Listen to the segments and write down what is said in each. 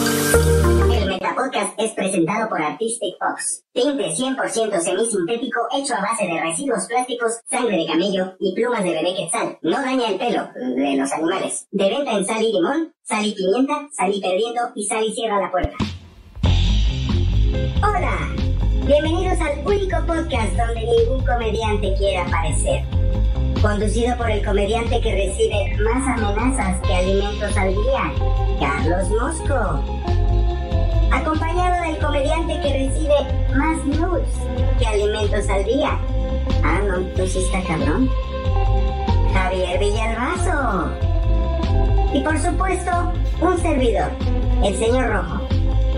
El Metapodcast es presentado por Artistic Fox. Tinte 100% semisintético hecho a base de residuos plásticos, sangre de camello y plumas de bebé quetzal. No daña el pelo de los animales. De venta en sal y limón, sal y pimienta, sal y perdiendo y sal y cierra la puerta. ¡Hola! Bienvenidos al único podcast donde ningún comediante quiere aparecer. Conducido por el comediante que recibe más amenazas que alimentos al día, Carlos Mosco acompañado del comediante que recibe más news que alimentos al día. Ah, no, tú sí está cabrón. Javier Villalbazo. Y por supuesto, un servidor, el señor Rojo.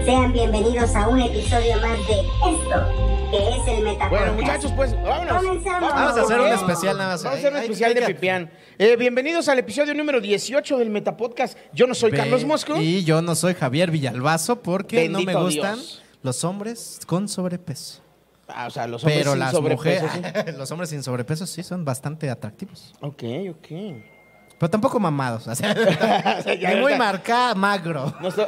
Sean bienvenidos a un episodio más de esto, que es el Metapodcast. Bueno, muchachos, pues vámonos. Comenzamos. Vamos a hacer un Porque- especial nada más. Vamos a hacer un Hay- hay- especial hay de que- Pipián. Eh, bienvenidos al episodio número 18 del Metapodcast. Yo no soy Ve- Carlos Mosco. Y yo no soy Javier Villalbazo porque no me Bendito gustan Dios. los hombres con sobrepeso. Ah, o sea, los hombres Pero sin las sobrepeso, mujeres, los hombres sin sobrepeso sí son bastante sí. atractivos. Ok, ok. Pero tampoco mamados. o sea, Ya, ni muy ¿verdad? marcado, magro. No so-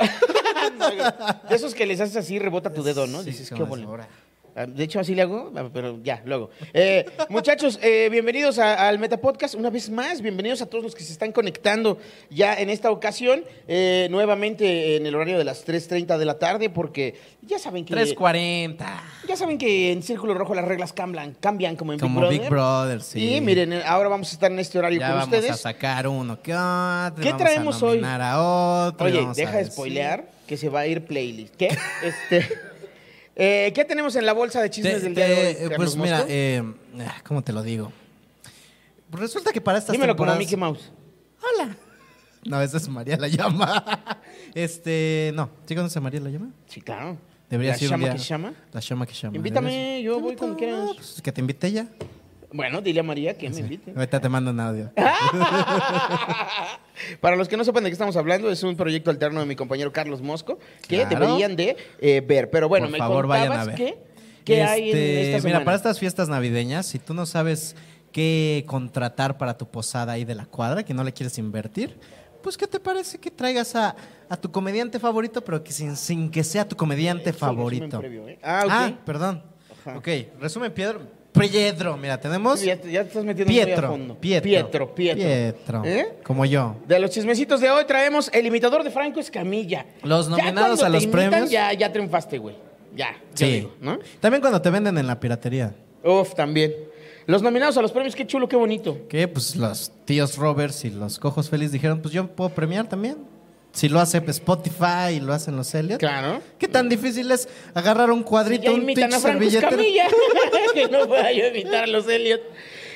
de esos que les haces así, rebota tu dedo, ¿no? Sí, Dices, como qué es óvole". ahora. Ah, De hecho, así le hago, ah, pero ya, luego. Eh, muchachos, eh, bienvenidos a- al Metapodcast una vez más. Bienvenidos a todos los que se están conectando ya en esta ocasión, eh, nuevamente en el horario de las 3.30 de la tarde, porque ya saben que... 340. Ya saben que en Círculo Rojo las reglas cambian, cambian como en Como Big Brother. Big Brother, sí. Y miren, eh, ahora vamos a estar en este horario Ya con vamos a ustedes. sacar uno que otro. y ¿Qué vamos traemos a hoy? nominar A otro, y Oye, vamos a deja de decir- spoilear que se va a ir playlist. ¿Qué? este, eh, ¿Qué tenemos en la bolsa de chismes Te- del te- día de hoy? eh, Carlos Pues Mosco? mira, eh, ah, ¿cómo te lo digo? Resulta que para estas Dímelo como temporadas... Mickey Mouse. Hola. No, esa es María la llama. Este, no, ¿sí conoces a María la llama? Sí, claro. Debería ¿La ser un llama día- que llama? La llama que llama. Invítame, debería ser- yo Te voy cuando invito, quieras. no, pues, que te invite ella. Bueno, dile a María que me invite. Ahorita te mando un audio. Para los que no sepan de qué estamos hablando, es un proyecto alterno de mi compañero Carlos Mosco que Claro. deberían de eh, ver. Pero bueno, Por me favor, contabas vayan a ver. que, que hay en Este, esta semana. Mira, para estas fiestas navideñas, si tú no sabes qué contratar para tu posada ahí de la cuadra, que no le quieres invertir, pues ¿qué te parece que traigas a, a tu comediante favorito, pero que sin, sin que sea tu Solo comediante resumen favorito? previo, ¿eh? Ah, ok. perdón. Ajá. Ok, resumen Piedro. Piedro, mira, tenemos Ya, te- ya te estás metiendo muy a Pietro, fondo. Pietro. Pietro, Pietro. Pietro, ¿Eh? Como yo. De los chismecitos de hoy traemos el imitador de Franco Escamilla. Los Ya nominados cuando a te los imitan, premios. Ya, ya triunfaste, güey. Ya, yo digo, ¿no? También cuando te venden en la piratería. Uf, también. Los nominados a los premios, qué chulo, qué bonito. Que pues los tíos Roberts y los cojos feliz dijeron, pues yo puedo premiar también. Si lo hace Spotify y lo hacen los Elliot. Claro. ¿Qué tan difícil es agarrar un Y cuadrito, ya un imitan a pinche Franco servilletero? Escamilla. que no pueda yo imitar a los Elliot.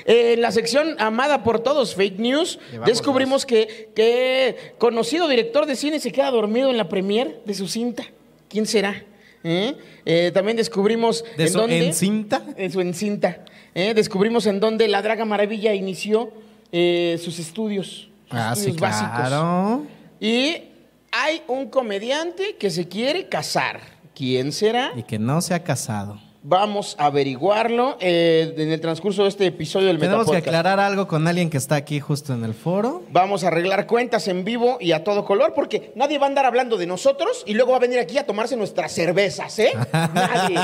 Eh, en la sección amada por todos, Fake News, Llevamos descubrimos que, que conocido director de cine se queda dormido en la premier de su cinta. ¿Quién será? ¿Eh? Eh, también descubrimos ¿De en su dónde... encinta? En su encinta. ¿eh? Descubrimos en dónde la Draga Maravilla inició eh, sus estudios. sus Ah, sí, estudios básicos. claro. Y hay un comediante que se quiere casar. ¿Quién será? Y que no se ha casado. Vamos a averiguarlo eh, en el transcurso de este episodio del Tenemos que Metapodcast. aclarar algo con alguien que está aquí justo en el foro. Vamos a arreglar cuentas en vivo y a todo color porque nadie va a andar hablando de nosotros y luego va a venir aquí a tomarse nuestras cervezas, ¿eh? Nadie.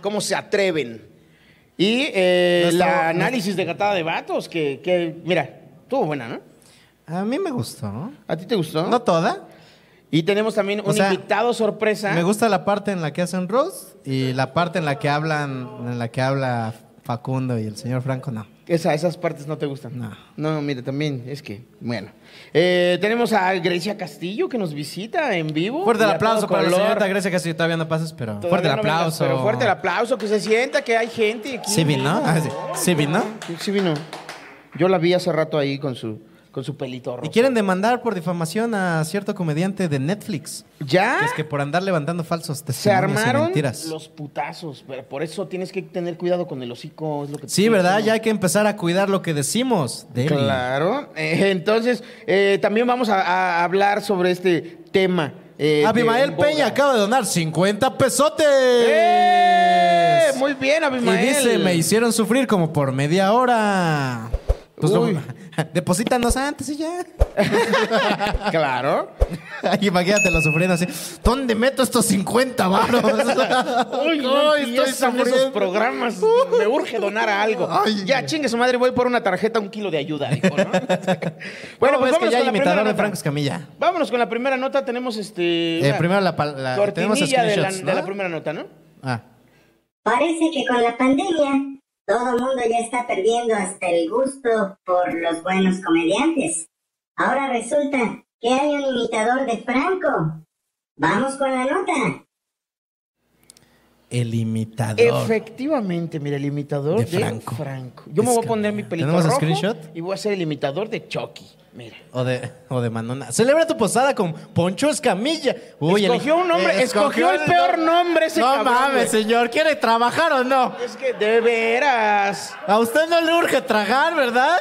¿Cómo se atreven? Y eh, Nuestro- la análisis de Gatada de Vatos, que, que, mira, estuvo buena, ¿no? A mí me gustó. ¿A ti te gustó? No toda. Y tenemos también O un sea, invitado sorpresa. Me gusta la parte en la que hacen Ross y la parte en la que hablan, en la que habla Facundo y el señor Franco, no. Esa- esas partes no te gustan. No. No, mire, también es que, bueno. Eh, tenemos a Grecia Castillo que nos visita en vivo. Fuerte el Y a aplauso todo para la color. señorita Grecia, que si todavía no pasas, pero Todavía fuerte el no vengas, aplauso. pero fuerte el aplauso, que se sienta que hay gente aquí. Sí en vino, vivo. Ah, sí. sí vino. Sí, sí vino. Yo la vi hace rato ahí con su con su pelito rojo. Y quieren demandar por difamación a cierto comediante de Netflix. ¿Ya? Que es que por andar levantando falsos Se testimonios y armaron mentiras. los putazos, pero por eso tienes que tener cuidado con el hocico, es lo que te Sí, estoy ¿verdad? Ya diciendo. hay que empezar a cuidar lo que decimos. Deli. Claro. Eh, entonces, eh, también vamos a, a hablar sobre este tema. eh, de- Abimael en boga. Peña acaba de donar 50 pesotes. ¡Eh! Muy bien, Y Abimael. dice, me hicieron sufrir como por media hora. Pues Uy. no, deposítanos antes y ya. Claro. Ay, Imagínate lo sufriendo así. ¿Dónde meto estos 50 varos? Uy, no empiezan esos programas. Me urge donar a algo. Ay. ya, chingue su madre, voy por una tarjeta, un kilo de ayuda, dijo, ¿no? Bueno, vámonos con pues que ya hay la primera imitador de nota. Franco Escamilla. Vámonos con la primera nota. Tenemos este. Eh, una primero la, pal- la tenemos cortinilla de la, screenshots, de la ¿no? primera nota, ¿no? Ah. Parece que con la pandemia todo mundo ya está perdiendo hasta el gusto por los buenos comediantes. Ahora resulta que hay un imitador de Franco. Vamos con la nota. El imitador. Efectivamente, mira, el imitador de De Franco. Franco. Yo me Es voy a que- poner mi pelito ¿Tenemos rojo screenshot? y voy a ser el imitador de Chucky. Mira. O de, o de Manona. Celebra tu posada con Poncho Escamilla. Uy, eh, Escogió un nombre, escogió el peor nombre ese No cabrón, güey. mames, señor. ¿Quiere trabajar o no? Es que de veras. A usted no le urge tragar, ¿verdad?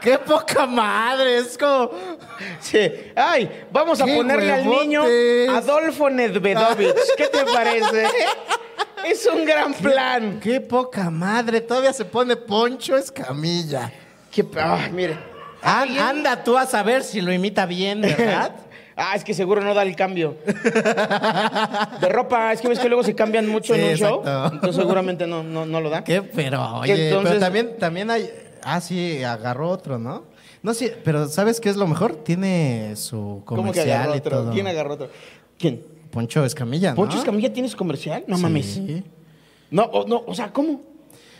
¡Qué poca madre! Es como... Sí. Ay, vamos a ¡Qué ponerle al huevotes! niño Adolfo Nedvedovich. ¿Qué te parece? es un gran plan. ¡Qué poca madre! Todavía se pone Poncho Escamilla. Qué, ah, mire. An- anda tú a saber si lo imita bien, ¿verdad? Ah, es que seguro no da el cambio. De ropa, es que ves que luego se cambian mucho en Sí, un show. exacto. Entonces seguramente no, no, no lo da. ¿Qué? Pero, oye, Entonces- pero también, también hay... Ah, sí, agarró otro, ¿no? No, sí, pero ¿sabes qué es lo mejor? Tiene su ¿Cómo que comercial agarró y otro? todo. ¿Quién agarró otro? ¿Quién? Poncho Escamilla, ¿no? ¿Poncho Escamilla tiene su comercial? No Sí. mames. No, o, no, o sea, ¿cómo?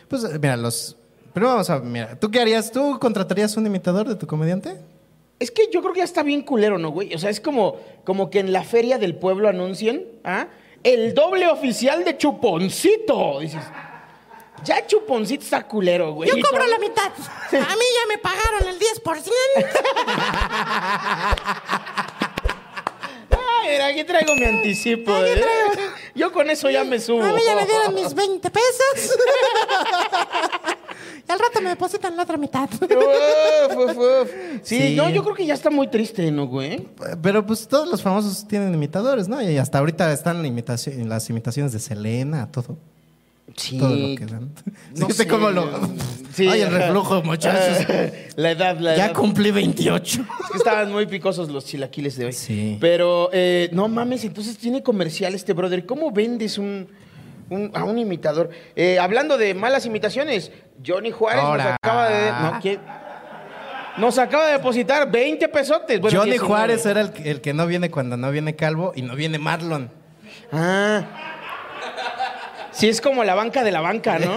Pues eh, mira, los... Pero vamos a... Mira, ¿tú qué harías? ¿Tú contratarías un imitador de tu comediante? Es que yo creo que ya está bien culero, ¿no, güey? O sea, es como, como que en la feria del pueblo anuncien, ¿ah? El doble oficial de Chuponcito. Dices, ya Chuponcito está culero, güey. Yo cobro la mitad. A mí ya me pagaron el 10%. Ay, mira, aquí traigo mi anticipo. ¿eh? Yo con eso ya me subo. A mí ya Oh. me dieron mis 20 pesos. Y al rato me depositan la otra mitad. Uf, uf, uf. Sí, Sí. no, yo creo que ya está muy triste, ¿no, güey? Pero pues todos los famosos tienen imitadores, ¿no? Y hasta ahorita están la imitaci- en las imitaciones de Selena, todo. Sí. Todo lo que dan. No Fíjate sé. cómo lo. Sí, Ay, el ajá. reflujo, muchachos. La edad, la edad. ya cumplí 28. Es que estaban muy picosos los chilaquiles de hoy. Sí. Pero, eh, no mames, entonces tiene comercial este brother. ¿Cómo vendes un, un- a un imitador? Eh, hablando de malas imitaciones, Johnny Juárez nos Ahora. acaba de... No, ¿qué? Nos acaba de depositar 20 pesotes. Bueno, Johnny 19. Juárez era el, que- el que no viene cuando no viene Calvo y no viene Marlon. Ah. Sí, es como la banca de la banca, ¿no?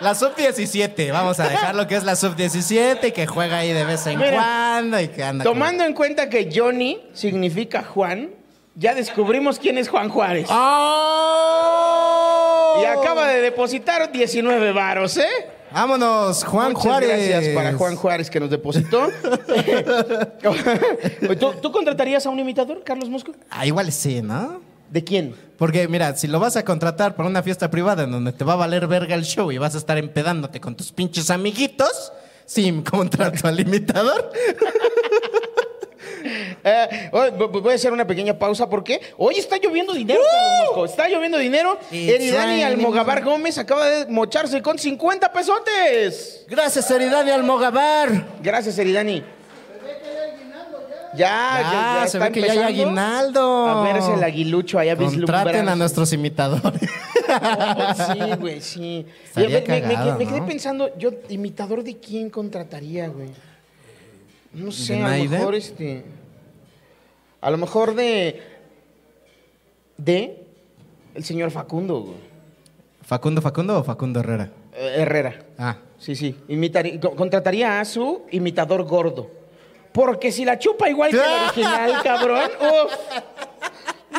La sub-17, vamos a dejar lo que es la sub-17 que juega ahí de vez en Miren, cuando y que anda. con- Tomando en cuenta que Johnny significa Juan, ya descubrimos quién es Juan Juárez. ¡Oh! Y acaba de depositar 19 varos, ¿eh? Vámonos, Juan Muchas Juárez. Gracias para Juan Juárez que nos depositó. ¿Tú, tú contratarías a un imitador, Carlos Mosco? Ah, igual sí, ¿no? ¿De quién? Porque mira, si lo vas a contratar para una fiesta privada en donde te va a valer verga el show y vas a estar empedándote con tus pinches amiguitos, sin contrato al imitador. Eh, hoy vo- vo- voy a hacer una pequeña pausa porque hoy está lloviendo dinero, ¡Uh! Carlos Mosco. Está lloviendo dinero. It's Eridani raining. Almogabar Gómez acaba de mocharse con 50 pesotes. Gracias, Eridani Almogabar. Gracias, Eridani. Ya, ya, Ya, ya se está ve que ya hay empezando aguinaldo. A verse el aguilucho allá Contraten vislumbrándose. a nuestros imitadores. Oh, sí, güey, sí. Estaría Oye, me, me- me- cagado, me quedé ¿no? pensando, yo, imitador de quién contrataría, güey. No sé, ¿De a lo Naide? mejor este. A lo mejor de. De. El señor Facundo, güey. ¿Facundo Facundo o Facundo Herrera? Eh, Herrera. Ah. Sí, sí. Imitaría- co- contrataría a su imitador gordo. Porque si la chupa igual que la original, cabrón. Uf.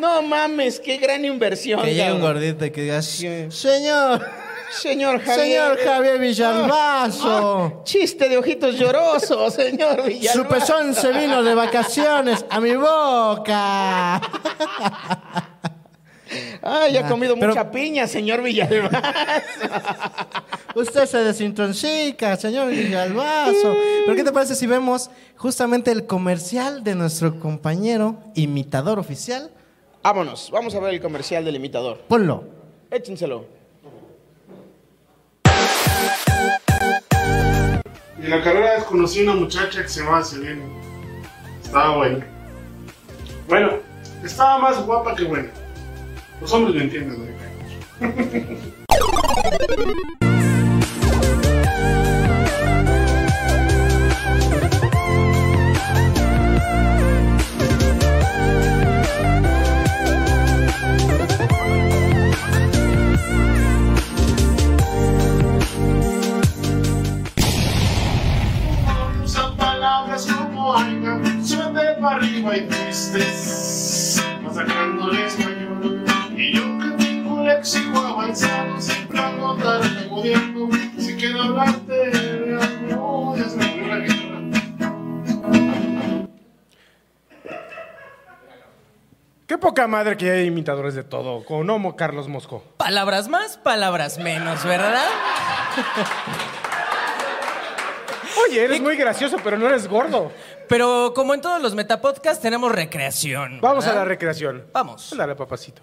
No mames, qué gran inversión. Que llegue un cabrón. gordito y que digas, Sí. señor, Señor Javier. Ah. Señor Javier Villalbazo. Chiste de ojitos llorosos, señor Su Villalbazo. pezón se vino de vacaciones a mi boca. Ay, ha comido Ah, pero- mucha piña, señor Villalbazo. Usted se desintoxica, señor Villalbazo. Pero ¿qué te parece si vemos justamente el comercial de nuestro compañero imitador oficial? Vámonos, vamos a ver el comercial del imitador. Ponlo. Échenselo. Y en la carrera conocí una muchacha que se llamaba Selene. Estaba buena. Bueno, estaba más guapa que buena. Los hombres lo entienden, ¿no? Usan palabras como aina, suerte para arriba y tristes, masacrando el español. Y yo que tengo léxico avanzado, siempre ando tartamudeando, si quiero hablarte de algo, es la guerra guerra. Qué poca madre que hay imitadores de todo. Con Homo Carlos Mosco. Palabras más, palabras menos, ¿verdad? Oye, eres muy gracioso, pero no eres gordo. Pero como en todos los metapodcasts, tenemos recreación. Vamos a ¿verdad? la recreación. Vamos. Ándale, papacito.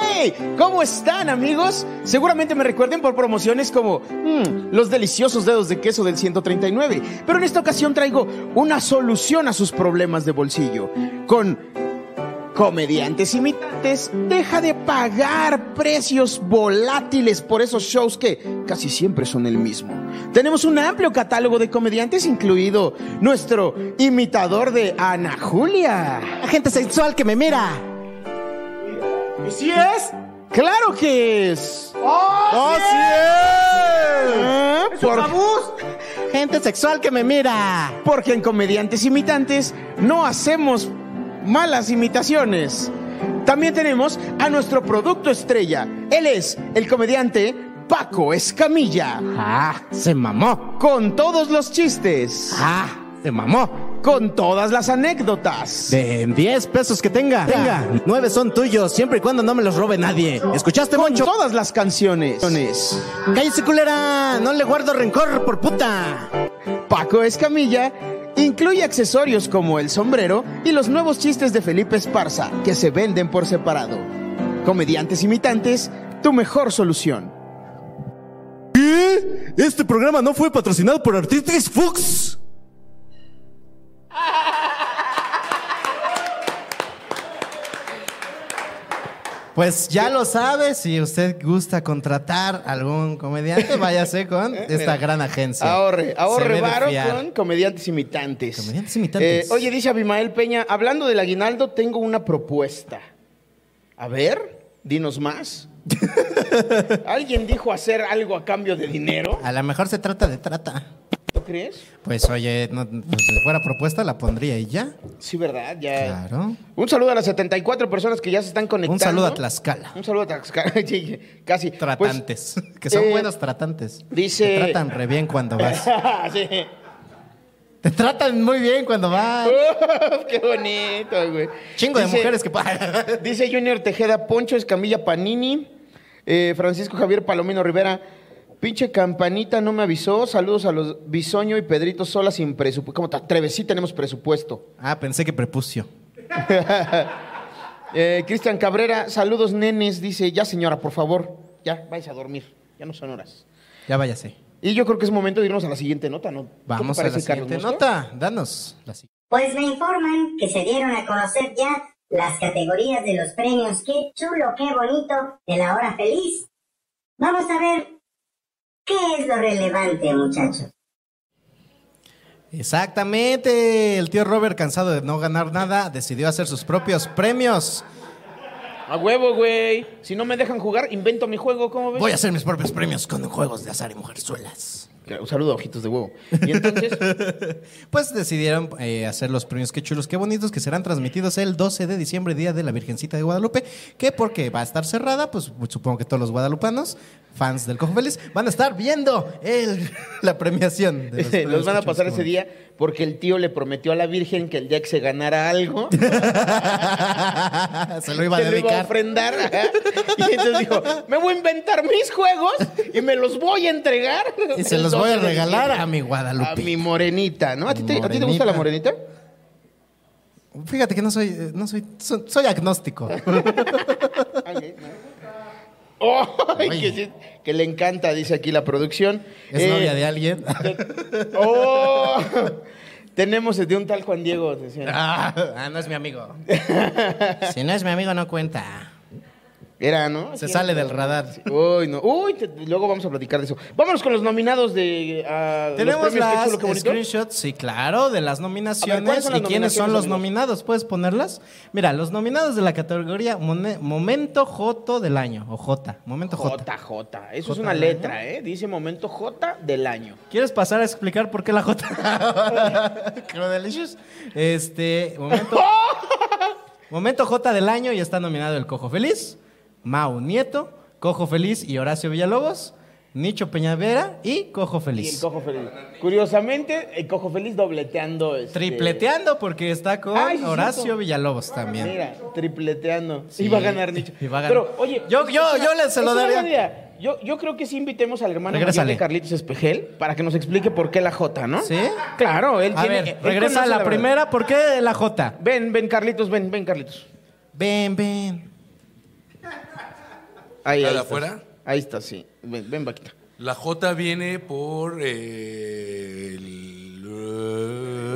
¡Hey! ¿Cómo están, amigos? Seguramente me recuerden por promociones como mm, los deliciosos dedos de queso del 139. Pero en esta ocasión traigo una solución a sus problemas de bolsillo. Con comediantes imitantes, deja de pagar precios volátiles por esos shows que casi siempre son el mismo. Tenemos un amplio catálogo de comediantes, incluido nuestro imitador de Ana Julia. Gente sexual que me mira. ¿Y si es? ¡Claro que es! ¿Ah? Por- Gente sexual que me mira. porque en Comediantes Imitantes no hacemos malas imitaciones. También tenemos a nuestro producto estrella. Él es el comediante Paco Escamilla. Ah, se mamó. Con todos los chistes. Ah, se mamó. Con todas las anécdotas. De 10 pesos que tenga. Tenga. 9 son tuyos, siempre y cuando no me los robe nadie. ¿Escuchaste, con Moncho? todas las canciones. ¡Cállese, culera! No le guardo rencor, por puta. Paco Escamilla incluye accesorios como el sombrero y los nuevos chistes de Felipe Esparza que se venden por separado. Comediantes imitantes, tu mejor solución. ¿Qué? Este programa no fue patrocinado por Artistris Fox. Pues ya lo sabe, si usted gusta contratar algún comediante, váyase con esta gran agencia. Ahorre, Se ve ahorre de varo fiar. con comediantes imitantes. Comediantes imitantes. Eh, oye, dice Abimael Peña, hablando del aguinaldo, tengo una propuesta. A ver, dinos más. ¿Alguien dijo hacer algo a cambio de dinero? A lo mejor se trata de trata. ¿Tú crees? Pues oye, no, pues, si fuera propuesta la pondría y ya. Sí, ¿verdad? Ya. Claro. Un saludo a las 74 personas que ya se están conectando. Pues, Un saludo a Tlaxcala. Un saludo a Tlaxcala, sí, casi. Pues, Tratantes. que son eh, buenos tratantes. dice- Te tratan re bien cuando vas. sí. Te tratan muy bien cuando vas. Qué bonito, güey. Chingo de Dice- mujeres que. Dice Junior Tejeda, Poncho Escamilla Panini, eh, Francisco Javier Palomino Rivera. Pinche campanita no me avisó. Saludos a los Bisoño y Pedrito Sola sin presupuesto. ¿Cómo te atreves? Sí tenemos presupuesto. ah, pensé que prepucio. Eh, Cristian Cabrera, saludos nenes. Dice, ya señora, por favor. Ya, vais a dormir. Ya no son horas. Ya váyase. Y yo creo que es momento de irnos a la siguiente nota, ¿no? ¿Qué te Vamos a la parece, Carlos siguiente Mosco? nota. Danos la siguiente. Pues me informan que se dieron a conocer ya las categorías de los premios Qué chulo, qué bonito de la hora feliz. Vamos a ver qué es lo relevante, muchachos. Exactamente. El tío Robert, cansado de no ganar nada, decidió hacer sus propios premios. A huevo, güey. Si no me dejan jugar, invento mi juego, ¿cómo ves? Voy a hacer mis propios premios con juegos de azar y mujerzuelas. Un saludo a Ojitos de Huevo. Y entonces, Pues decidieron eh, hacer los premios Qué chulos, qué bonitos, que serán transmitidos el 12 de diciembre, Día de la Virgencita de Guadalupe, que porque va a estar cerrada, pues supongo que todos los guadalupanos, fans del Cojo Feliz, van a estar viendo el- la premiación. de los los, premios van a Qué Chulos, pasar Qué ese Bonitos. día porque el tío le prometió a la Virgen que el día que se ganara algo, se lo iba a se lo iba a dedicar. ofrendar. ajá. Y entonces dijo, me voy a inventar mis juegos y me los voy a entregar. y se el los voy a 12 de regalar diciembre. a mi A mi Guadalupe. morenita, ¿no? ¿A ti, te, a ti te gusta Morenita. la morenita? Fíjate que no soy, eh, no soy, so- soy agnóstico. Oh, que, sí, que le encanta, dice aquí la producción. Es Eh, novia de alguien. ¡Oh! Tenemos de un tal Juan Diego, decían. Ah, ah, no es mi amigo. Si no es mi amigo, no cuenta. Era, ¿no? Se Sí, sale era. del radar. Sí. Uy, no. Uy, te- luego vamos a platicar de eso. Vámonos con los nominados de. a los Tenemos premios, qué las chulo, qué bonito. screenshots, sí, claro, de las nominaciones. ¿cuáles son las ¿Y quiénes nominaciones, son los amigos? nominados? ¿Puedes ponerlas? Mira, los nominados de la categoría Mone- Momento Joto del año, o J, Momento J. JJ. Eso es J una del año. letra, ¿eh? Dice momento J del año. ¿Quieres pasar a explicar por qué la J? Creo delicious. Este, Momento, momento J del año y está nominado el Cojo Feliz, Mau Nieto, Cojo Feliz y Horacio Villalobos, Nicho Peñavera y Cojo Y el Feliz. cojo feliz. Curiosamente, el cojo feliz dobleteando. este- Tripleteando porque está con Ay, sí, Horacio cierto. Villalobos también. Mira, tripleteando. Sí. Iba a ganar Nicho. Y va a ganar. Pero, oye. Yo- es- yo- es una- yo le- se es lo una daría. buena idea. Yo, yo creo que sí invitemos al hermano mayor Regrésale. de Carlitos Espejel para que nos explique por qué la J, ¿no? ¿Sí? Claro, él A tiene. ver, él regresa a conoce la, verdad. primera. ¿Por qué la J? Ven, ven, Carlitos, ven, ven, Carlitos. Ven, ven. Ahí, ¿La ahí de estás. afuera? Ahí está, sí. Ven, ven, vaquita. La J viene por. eh, el-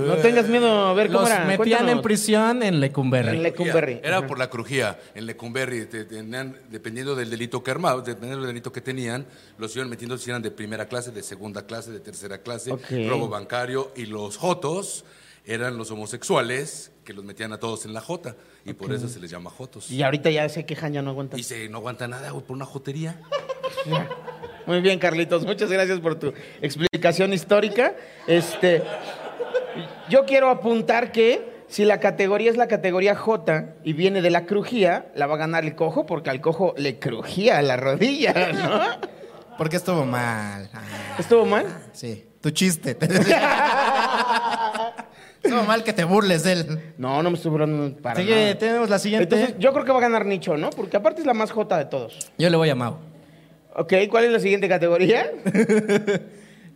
No tengas miedo a ver cómo Los era. metían Cuéntanos. en prisión en Lecumberri. En Lecumberri. Era Ajá. por la crujía en Lecumberri. te- tenían- dependiendo del delito que armaban, dependiendo del delito que tenían, los iban metiendo si eran de primera clase, de segunda clase, de tercera clase, Ok. robo bancario. Y los Jotos eran los homosexuales que los metían a todos en la Jota. Y por eso se les llama Jotos. Y ahorita ya se quejan, ya no aguantan. Y se no aguanta nada, güey, por una jotería. Muy bien, Carlitos. Muchas gracias por tu explicación histórica. Este, yo quiero apuntar que si la categoría es la categoría J y viene de la crujía, la va a ganar el cojo porque al cojo le crujía la rodilla, ¿no? Porque estuvo mal. Ah, ¿Estuvo mal? sí, tu chiste. estuvo mal que te burles de él. No, no me estoy burlando para Así que nada. tenemos la siguiente. Entonces, yo creo que va a ganar Nicho, ¿no? Porque aparte es la más J de todos. Yo le voy a Mau. Ok, ¿cuál es la siguiente categoría?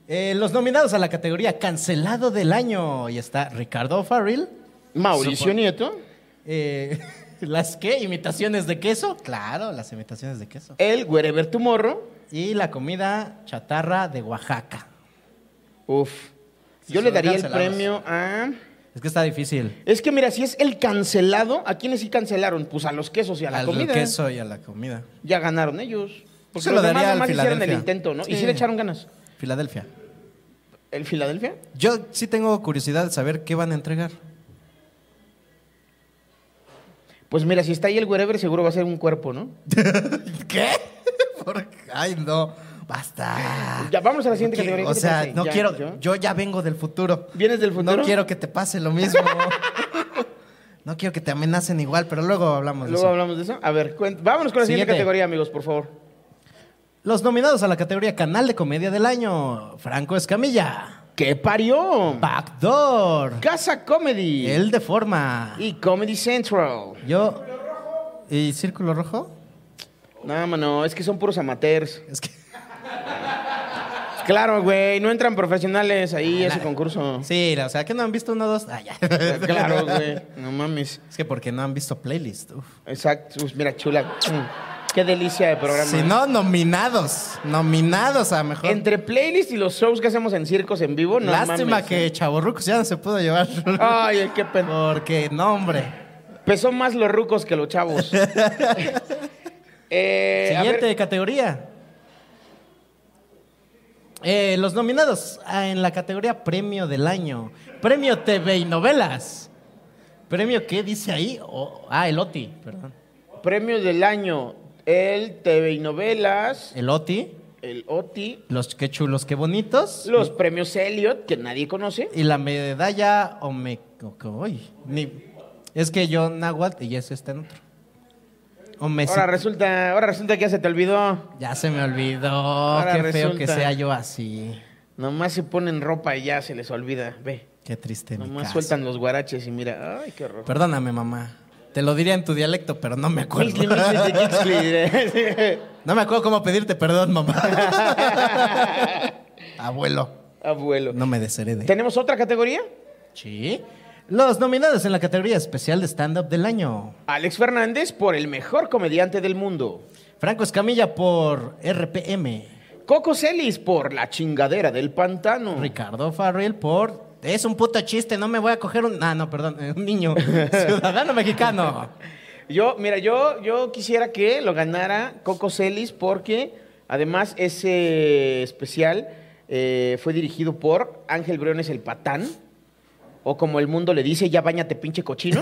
Eh, los nominados a la categoría Cancelado del Año. Y está Ricardo Farrell. Mauricio Nieto, Eh, ¿Las qué? ¿Imitaciones de queso? Claro, las imitaciones de queso. el Wherever Tomorrow. Y la comida chatarra de Oaxaca. Uf. Sí, Yo le son daría el cancelados. premio a... Es que está difícil. Es que mira, si es el cancelado, ¿a quiénes sí cancelaron? Pues a los quesos y a la Al comida. queso y a la comida. Ya ganaron ellos. Porque Se lo los demás daría al nomás hicieron el Filadelfia. intento, ¿no? Y Sí. sí le echaron ganas. Filadelfia. ¿El Filadelfia? Yo sí tengo curiosidad de saber qué van a entregar. Pues mira, si está ahí el wherever, seguro va a ser un cuerpo, ¿no? ¿Qué? ¿Por qué? Ay, no. Basta. Ya, vamos a la siguiente No categoría. quiero- Ah, ¿qué O te sea, parece? no Ya, quiero. ¿yo? Yo ya vengo del futuro. ¿Vienes del futuro? No quiero que te pase lo mismo. no quiero que te amenacen igual, pero luego hablamos de Luego eso. hablamos de eso. A ver, cuént- vámonos con la siguiente, Siguiente. categoría, amigos, por favor. Los nominados a la categoría Canal de Comedia del Año: Franco Escamilla, ¿Qué parió? Backdoor, Casa Comedy. El de Forma. Y Comedy Central. Yo. ¿Y Círculo Rojo? No, mano, es que son puros amateurs. Es que. Claro, güey, no entran profesionales ahí a ese la- concurso. Sí, o sea, que no han visto uno, dos. Ah, ya. Claro, güey. No mames. Es que porque no han visto playlist. uf. Exacto. Pues mira, chula. Mm. Qué delicia de programa. ¿eh? Si no, nominados. Nominados a mejor. Entre playlist y los shows que hacemos en circos en vivo, no Lástima mames. eh. Ah. que Chaborrucos ya no se pudo llevar. Ay, qué pena. Porque, no, hombre. Pesó más los rucos que los chavos. Eh, a Siguiente ver, categoría. Eh, los nominados ah, en la categoría Premio del Año. Premio TV y Novelas. Premio, ¿qué dice ahí? Oh, ah, el OTI, perdón. premio del año. El TV y novelas. El OTI. el OTI, Los qué chulos, qué bonitos. los premios Elliot, que nadie conoce. Y la medalla o me... o que- uy, ni- es que yo náhuatl y eso está en otro. O me- Ahora resulta, ahora resulta que ya se te olvidó. Ya se me olvidó. qué feo que resulta. sea yo así. Nomás se ponen ropa y ya se les olvida. Ve. Qué triste. mi Nomás caso. sueltan los guaraches y mira, ay, qué horror. Perdóname, mamá. Te lo diría en tu dialecto, pero no me acuerdo. no me acuerdo cómo pedirte perdón, mamá. Abuelo, Abuelo. no me desherede. ¿Tenemos otra categoría? Sí. Los nominados en la categoría especial de stand-up del año. Alex Fernández por el mejor comediante del mundo. Franco Escamilla por RPM. Coco Celis por la chingadera del pantano. Mm. Ricardo Farrell por... Es un puto chiste, no me voy a coger un... Ah, no, perdón, eh, un niño. Ciudadano mexicano. Yo, mira, yo, yo quisiera que lo ganara Coco Celis porque además ese especial eh, fue dirigido por Ángel Briones el Patán. O como el mundo le dice, ya bañate pinche cochino.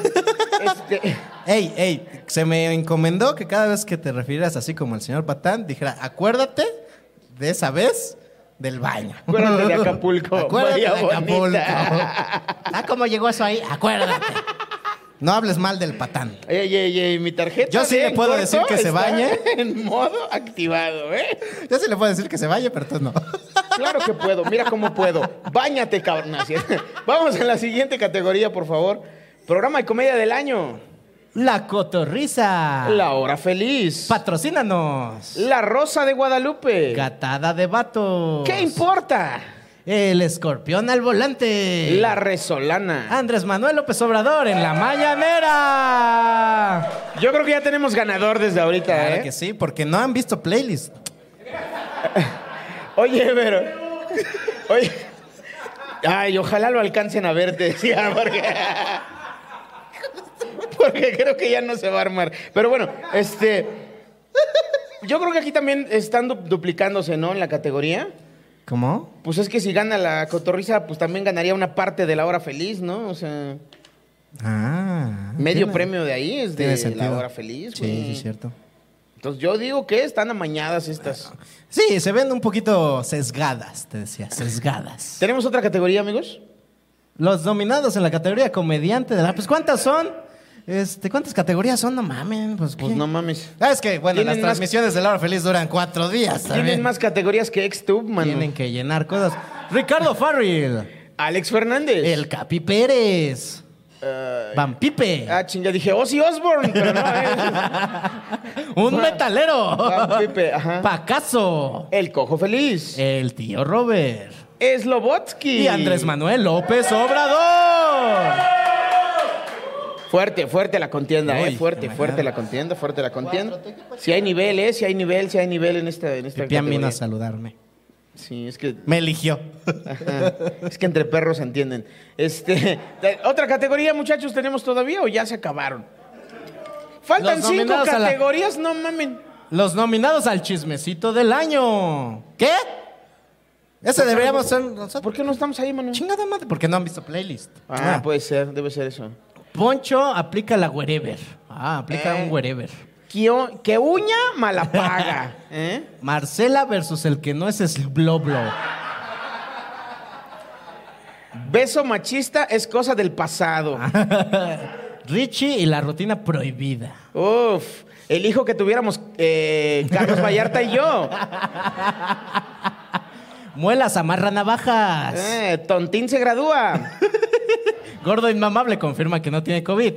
Este, Ey, ey, se me encomendó que cada vez que te refieras así como el señor Patán, dijera, acuérdate de esa vez del baño. Acuérdate de Acapulco, Acuérdate María de Acapulco. Bonita. Ah, ¿cómo llegó eso ahí? Acuérdate. No hables mal del Patán. ey, ey, ey, mi tarjeta. Yo sí de le puedo corto decir que se está bañe. En modo activado, ¿eh? Yo sí le puedo decir que se vaya, pero tú no. Claro que puedo, mira cómo puedo. Báñate, cabrón. No, sí. Vamos a la siguiente categoría, por favor. Programa de comedia del año. La cotorriza. La hora feliz. Patrocínanos. La rosa de Guadalupe. Gatada de vato. ¿Qué importa? El escorpión al volante. La resolana. Andrés Manuel López Obrador en la mañanera. Yo creo que ya tenemos ganador desde ahorita, Claro ¿eh? que sí, porque no han visto playlist. Oye, pero. Oye. Ay, ojalá lo alcancen a ver, te decía, porque. Porque creo que ya no se va a armar. Pero bueno, este. Yo creo que aquí también están du- duplicándose, ¿no? En la categoría. ¿Cómo? Pues es que si gana la cotorriza, pues también ganaría una parte de la hora feliz, ¿no? O sea, Ah. medio tiene- premio de ahí es tiene de sentido. la hora feliz. Sí, güey. sí, es cierto. Entonces yo digo que están amañadas estas. Ah, Sí, se ven un poquito sesgadas, te decía, sesgadas. ¿Tenemos otra categoría, amigos? Los nominados en la categoría comediante de la... Pues, ¿cuántas son? Este, ¿Cuántas categorías son? No mamen, pues, Pues ¿qué? no mames. Ah, es que, bueno, las Tienen más- transmisiones de la hora feliz duran cuatro días Tienen también. más categorías que Xtube, mano. Tienen que llenar cosas. Ricardo Farrell, Alex Fernández. el Capi Pérez, Van Pipe, Ah, chinga, dije Ozzy Osbourne, pero no, eh. un metalero, Van Pipe, ajá. Pacaso, El Cojo Feliz. el tío Robert Slobotsky. Eh. y Andrés Manuel López Obrador. Fuerte, fuerte la contienda, eh. Uy, Fuerte, imagínate. fuerte la contienda, fuerte la contienda. Si hay nivel, eh. Si hay nivel, si hay nivel en esta, en esta Pipián vino categoría. a saludarme. Sí, es que. Me eligió. ajá, es que entre perros se entienden. Este. Otra categoría, muchachos, ¿tenemos todavía o ya se acabaron? Faltan Los cinco nominados a la- categorías, no mamen. Los nominados al chismecito del año. ¿Qué? Ese deberíamos ser ¿Por nosotros. qué no estamos ahí, Manuel? Chingada madre, porque no han visto playlist. Ah, puede ser, debe ser eso. Poncho aplica la wherever. Ah, aplica Eh. un wherever. Que, o- que uña, mala paga. ¿eh? Marcela versus el que no es Sloblo. Beso machista es cosa del pasado. Ah. Richie y la rutina prohibida. Uf, el hijo que tuviéramos eh, Carlos Vallarta y yo. Muelas amarra navajas. Eh, tontín se gradúa. Gordo inmamable confirma que no tiene COVID.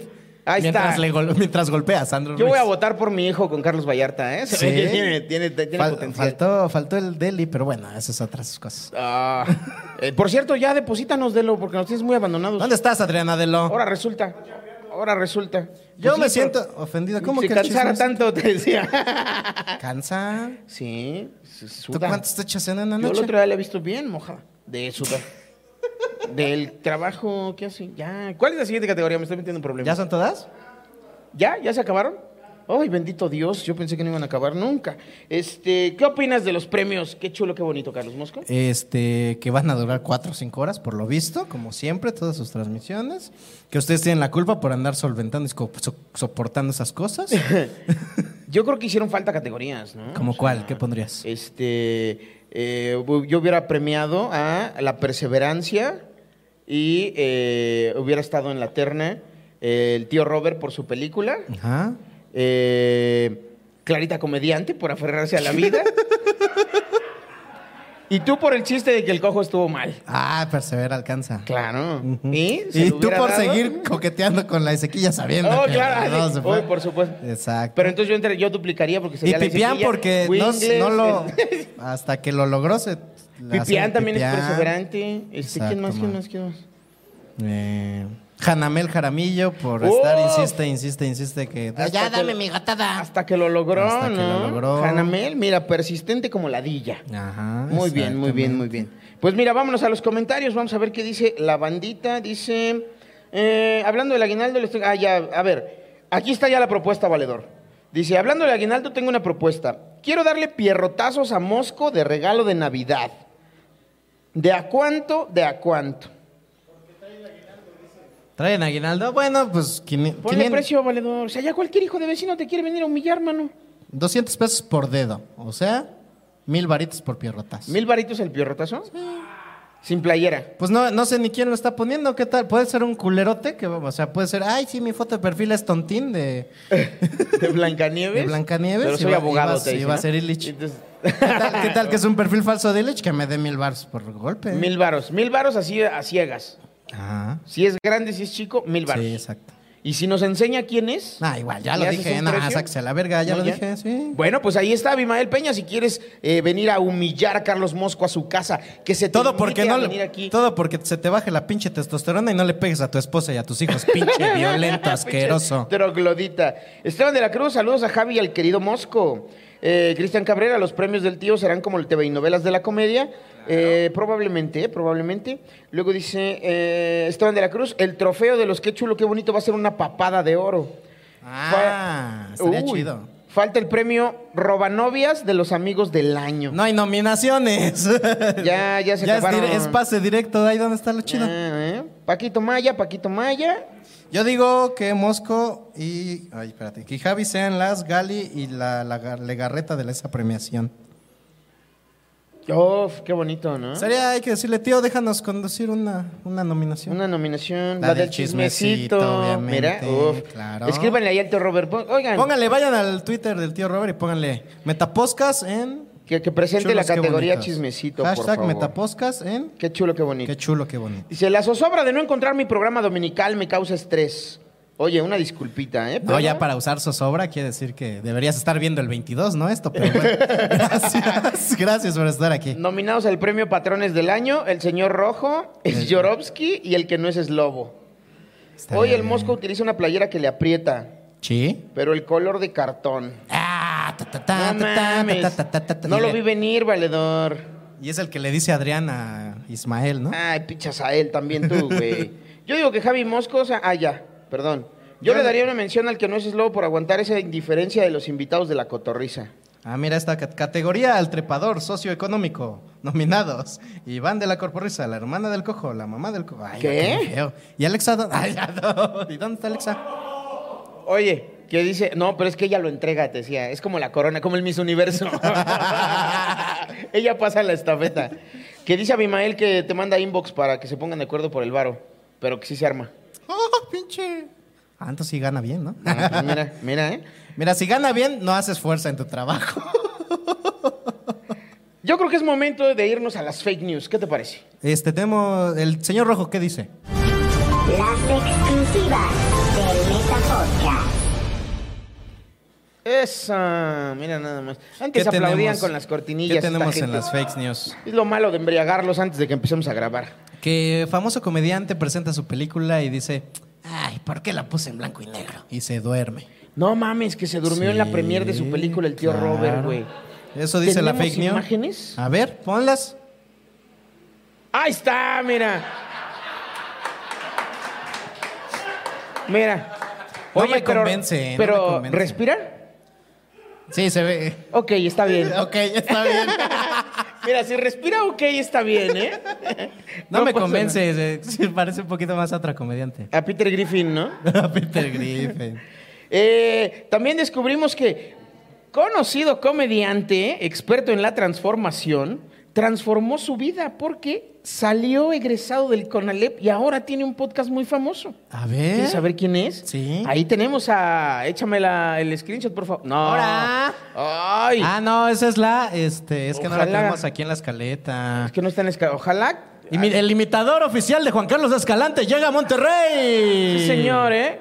Ahí mientras, está. le gol- mientras golpea a Sandro Yo voy a Ruiz. votar por mi hijo con Carlos Vallarta, ¿eh? Se ve Sí. que tiene, tiene- tiene Fal- potencial. faltó, faltó el Deli, pero bueno, esas otras cosas. Ah, eh, por cierto, ya deposítanos, Delo, porque nos tienes muy abandonados. ¿Dónde estás, Adriana Delo? Ahora resulta. Ahora resulta. Yo Pues me sí, siento pero ofendido. ¿Cómo si que el cansara chisme tanto, te decía. se cansa? Sí, se ¿Tú suda. cuánto te echas en una Yo el noche? otro día la he visto bien mojada. De sudar. Del trabajo que hace. Ya. ¿Cuál es la siguiente categoría? Me estoy metiendo en ¿Ya problemas. son todas? ¿Ya? ¿Ya se acabaron? Ay, bendito Dios, yo pensé que no iban a acabar nunca. Este, ¿qué opinas de los premios? Qué chulo, qué bonito, Carlos Mosco. Este, que van a durar cuatro o cinco horas, por lo visto, como siempre, todas sus transmisiones. Que ustedes tienen la culpa por andar solventando y so- so- soportando esas cosas. Yo creo que hicieron falta categorías, ¿no? ¿Como O sea, cuál? ¿Qué pondrías? Este, eh, hu- yo hubiera premiado a la perseverancia y eh, hubiera estado en la terna eh, el tío Robert por su película, Ajá. eh, Clarita Comediante por aferrarse a la vida y tú por el chiste de que el cojo estuvo mal. Ah, persevera, alcanza. Claro. Ujú. Y, se Y lo tú hubiera por dado. seguir coqueteando con la Ezequiel sabiendo. Oh, que claro. no sí. se fue. Oh, por supuesto. Exacto. Pero entonces yo, entre- yo duplicaría porque y sería la Pipián Ezequiel, porque no, Wingles, no lo... el- Hasta que lo logró se... la Pipián hacen también Pipián. es perseverante. Este, Exacto, ¿Quién más? ¿Quién man. más? ¿Quién más? Eh, Janamel Jaramillo por ¡Oh! estar, insiste, insiste, insiste que... Ya dame mi gatada. Hasta que lo logró, Hasta que ¿no? lo logró. Ah, Hanamel, mira, persistente como la dilla. Ajá. Muy bien, muy bien, muy bien. Pues mira, vámonos a los comentarios, vamos a ver qué dice la bandita. Dice, eh, hablando del aguinaldo, le estoy- ah, ya, a ver, aquí está ya la propuesta, valedor. Dice, hablando del aguinaldo, tengo una propuesta. Quiero darle pierrotazos a Mosco de regalo de Navidad. ¿De a cuánto? ¿De a cuánto? ¿Traen aguinaldo? Bueno, pues... quini- Ponle 500 precio, valedor. O sea, ya cualquier hijo de vecino te quiere venir a humillar, mano. 200 pesos por dedo. O sea, mil varitos por pierrotazo. ¿Mil varitos el pierrotazo? Sin playera. Pues no, no sé ni quién lo está poniendo, ¿qué tal? Puede ser un culerote, que, o sea, puede ser, ay, sí, mi foto de perfil es tontín de... ¿De Blancanieves? De Blancanieves, Pero soy iba- abogado, ibas- te dice, iba a ¿no? ser Illich. Entonces- ¿Qué tal, qué tal que es un perfil falso de Illich que me dé mil bars por golpe? Mil varos. Mil varos así a ciegas. Ajá. Si es grande, si es chico, mil varos. Sí, exacto. Y si nos enseña quién es... Ah, igual, ya ¿le lo haces dije, un nada, precio? sáquese a la verga, ya ¿No, lo dije, sí. Bueno, pues ahí está Abimael Peña. Si quieres eh, venir a humillar a Carlos Mosco a su casa, que se te Todo invite porque, a no, le- venir aquí. todo porque se te baje la pinche testosterona y no le pegues a tu esposa y a tus hijos, pinche violento, asqueroso. Pinche Troglodita. Esteban de la Cruz, saludos a Javi y al querido Mosco. Eh, Cristian Cabrera, los premios del tío serán como el TV y novelas de la comedia. Eh, probablemente, eh, probablemente. Luego dice eh, Esteban de la Cruz, el trofeo de los qué chulo, qué bonito, va a ser una papada de oro. Ah, estaría Uy, chido. Falta el premio Robanovias de los amigos del año. No hay nominaciones. Ya, ya se Ya es, acabaron. dire- es pase directo, ahí donde está lo chido. Ah, ¿eh? Paquito Maya, Paquito Maya. Yo digo que Mosco y. Ay, espérate. Que Javi sean las Gali y la, la gar- legarreta de la- esa premiación. Uf, qué bonito, ¿no? Sería, hay que decirle, tío, déjanos conducir una, una nominación. Una nominación, la, La del, del chismecito. chismecito, obviamente, Mira, uf. claro. Escríbanle ahí al tío Robert. Pon- Oigan, Pónganle, vayan al Twitter del tío Robert y pónganle Metaposcas en. que, que presente Chulos, la qué categoría bonitos. chismecito, por Hashtag favor. Metaposcas en. Qué chulo, qué bonito. Qué chulo, qué bonito. Dice, la zozobra de no encontrar mi programa dominical me causa estrés. Oye, una disculpita, ¿eh? No, Pero- ya para usar zozobra quiere decir que deberías estar viendo el 22, ¿no? Esto, pero bueno. Gracias, gracias por estar aquí. Nominados al premio Patrones del Año, el señor Rojo, el Yorovsky y el que no es es Lobo. Está Hoy el bien. Mosco utiliza una playera que le aprieta, Sí. pero el color de cartón. Ah, ta, ta, ta, No ta, ta, mames. ta, ta, ta, ta, ta. No lo Y- vi venir, valedor. Y es el que le dice Adrián a Ismael, ¿no? Ay, pichas a él también tú, güey. Yo digo que Javi Moscos... Ah, ya, perdón. Yo le daría una mención al que no es eslobo por aguantar esa indiferencia de los invitados de la cotorriza. Ah, mira esta cat- categoría al trepador socioeconómico. Nominados. Iván de la Corporrisa, la hermana del cojo, la mamá del cojo. Ay, ¿Qué? qué feo. Y Alexa, ¿dó- ay, ya no. ¿y dónde está Alexa? Oye, que dice, no, pero es que ella lo entrega, te decía. Es como la corona, como el Miss Universo. ella pasa la estafeta. Que dice Abimael que te manda inbox para que se pongan de acuerdo por el varo, pero que sí se arma. Oh, pinche. Ah, entonces sí gana bien, ¿no? Ah, pues mira, mira, ¿eh? Mira, si gana bien, no haces fuerza en tu trabajo. Yo creo que es momento de irnos a las fake news. ¿Qué te parece? Este, tenemos. El señor Rojo, ¿qué dice? Las exclusivas del Meta Podcast. Esa, mira nada más. Antes ¿Qué aplaudían tenemos- con las cortinillas. ¿Qué tenemos esta en gente. las fake news? Es lo malo de embriagarlos antes de que empecemos a grabar. Que famoso comediante presenta su película y dice, Ay, ¿por qué la puse en blanco y negro? y se duerme. No mames, que se durmió en la Sí, premier de su película el tío claro. Robert, güey. Eso dice la ¿Tenemos fake news. imágenes? A ver, ponlas. Ahí está, mira. Mira. No me convence, no pero me convence. ¿respira? Sí, se ve. Ok, está bien. Ok, está bien. Mira, si respira, ok, está bien, ¿eh? No, me pasa convence. se- se parece un poquito más a otra comediante. nada. A Peter Griffin, ¿no? A Peter Griffin. Eh, también descubrimos que Conocido comediante, experto en la transformación, transformó su vida porque salió egresado del CONALEP y ahora tiene un podcast muy famoso. A ver. ¿Quieres saber quién es? ¿Eh? Sí. Ahí tenemos a. Échame la- el screenshot, por favor. No. Ahora. ¡Ay! Ah, no, esa es la, este, es que no la Ojalá. tenemos aquí en la escaleta. Es que no está en escala. Ojalá. Y mi- el imitador oficial de Juan Carlos Escalante llega a Monterrey. Sí, señor, ¿eh?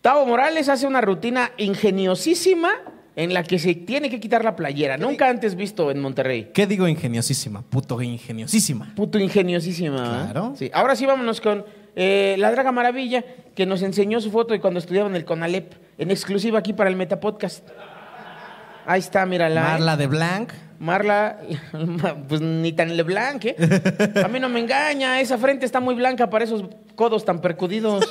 Tavo Morales hace una rutina ingeniosísima en la que se tiene que quitar la playera. Nunca antes visto en Monterrey. ¿Qué digo ingeniosísima? Puto ingeniosísima. Puto ingeniosísima. ¿eh? Claro. Sí. Ahora sí vámonos con eh, la Draga Maravilla, que nos enseñó su foto de cuando estudiaba en el CONALEP, en exclusiva aquí para el Metapodcast. Ahí está, mírala. ¿eh? Marla de Blanc. Marla, pues ni tan LeBlanc, ¿eh? A mí no me engaña, esa frente está muy blanca para esos codos tan percudidos.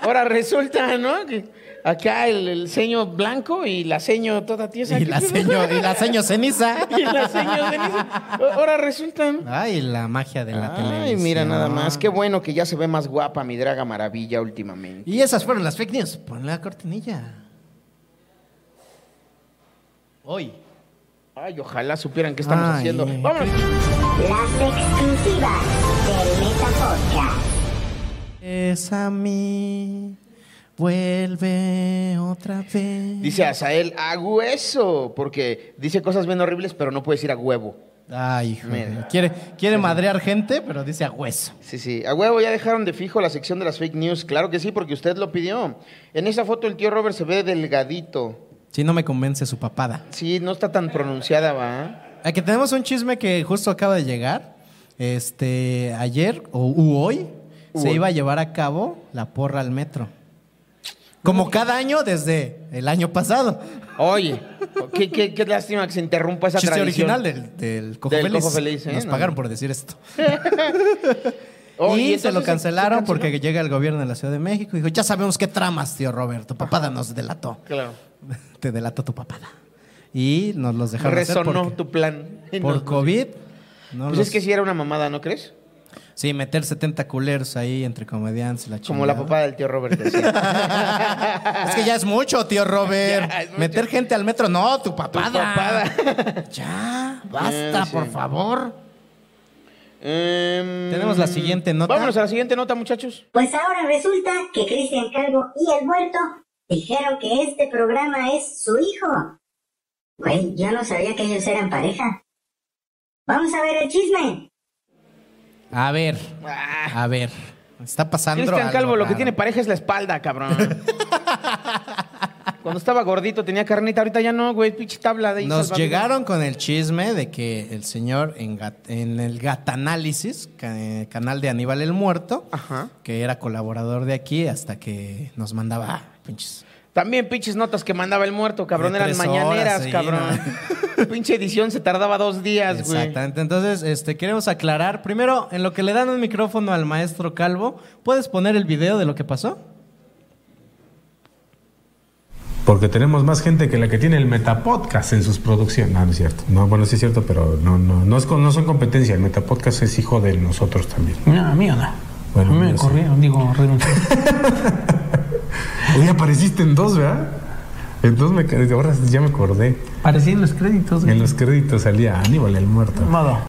Ahora resulta, ¿no? Que acá el, el ceño blanco y la ceño toda tiesa. Y la seño, y la seño ceniza. Y la ceño ceniza. Ahora resulta, ¿no? Ay, la magia de la televisión. Ay, mira nada más. Qué bueno que ya se ve más guapa mi draga maravilla últimamente. Y esas fueron las fake news. Ponle la cortinilla. Hoy. Ay, ojalá supieran qué estamos Ay. eh, haciendo. Vámonos. Las exclusivas del Meta Podcast. Es a mí. Vuelve otra vez. Dice Azael, a hueso, porque dice cosas bien horribles, pero no puede decir a huevo. Ay, hijo. de- Mira. Quiere, quiere madrear gente, pero dice a hueso. Sí, sí. A huevo, ya dejaron de fijo la sección de las fake news. Claro que sí, porque usted lo pidió. En esa foto el tío Robert se ve delgadito. Si no me convence su papada. Sí, no está tan pronunciada, ¿va? Aquí tenemos un chisme que justo acaba de llegar. Este, ayer o u hoy se Hoy. iba a llevar a cabo la porra al metro. Como cada año desde el año pasado. Oye, qué, qué- qué lástima que se interrumpa esa Chiste tradición. original del, del Cojo Del Feliz. Cojo Feliz, ¿eh? Nos No. pagaron por decir esto. Oh, y se entonces lo cancelaron canceló? porque llega el gobierno de la Ciudad de México y dijo, ya sabemos qué tramas, tío Roberto. Papada nos delató. Claro. Te delató tu papada. Y nos los dejaron hacer Resonó porque- tu plan. por COVID. no Pues los- es que sí era una mamada, ¿no crees? Sí, meter 70 culeros ahí entre comediantes y la Como la chingada. papada del tío Robert. decía. Es que ya es mucho, tío Robert. Ya, es mucho. Meter gente al metro. No, tu papada. papada. Eh, ya, basta, sí. por favor. Em, Tenemos la siguiente nota. Vámonos a la siguiente nota, muchachos. Pues ahora resulta que Cristian Calvo y el muerto dijeron que este programa es su hijo. Güey, yo no sabía que ellos eran pareja. Vamos a ver el chisme. A ver, Ah. a ver. Está pasando Cristian algo Calvo lo que raro. tiene pareja es la espalda, cabrón. Cuando estaba gordito tenía carnita, ahorita ya no, güey, pinche tabla de ahí Nos salvavidas. llegaron con el chisme de que el señor en, Gat- en el Gatanálisis, ca- eh, canal de Aníbal el Muerto, Ajá. que era colaborador de aquí hasta que nos mandaba ah, pinches También pinches notas que mandaba el muerto, cabrón, De eran tres mañaneras, horas, sí, cabrón. pinche edición se tardaba dos días, güey. Exactamente. Entonces, este, queremos aclarar. Primero, en lo que le dan un micrófono al maestro Calvo, ¿puedes poner el video de lo que pasó? Porque tenemos más gente que la que tiene el Metapodcast en sus producciones. No, no es cierto. No, bueno, sí es cierto, pero no, no, no, es, con- no son competencia. El Metapodcast es hijo de nosotros también. No, mío no. Bueno, a mí me mío sí. corrieron, digo, renuncié. Hoy apareciste en dos, ¿verdad? En dos me ca- ahora ya me acordé. Parecía en los créditos. güey. En los créditos salía Aníbal el muerto. Modo.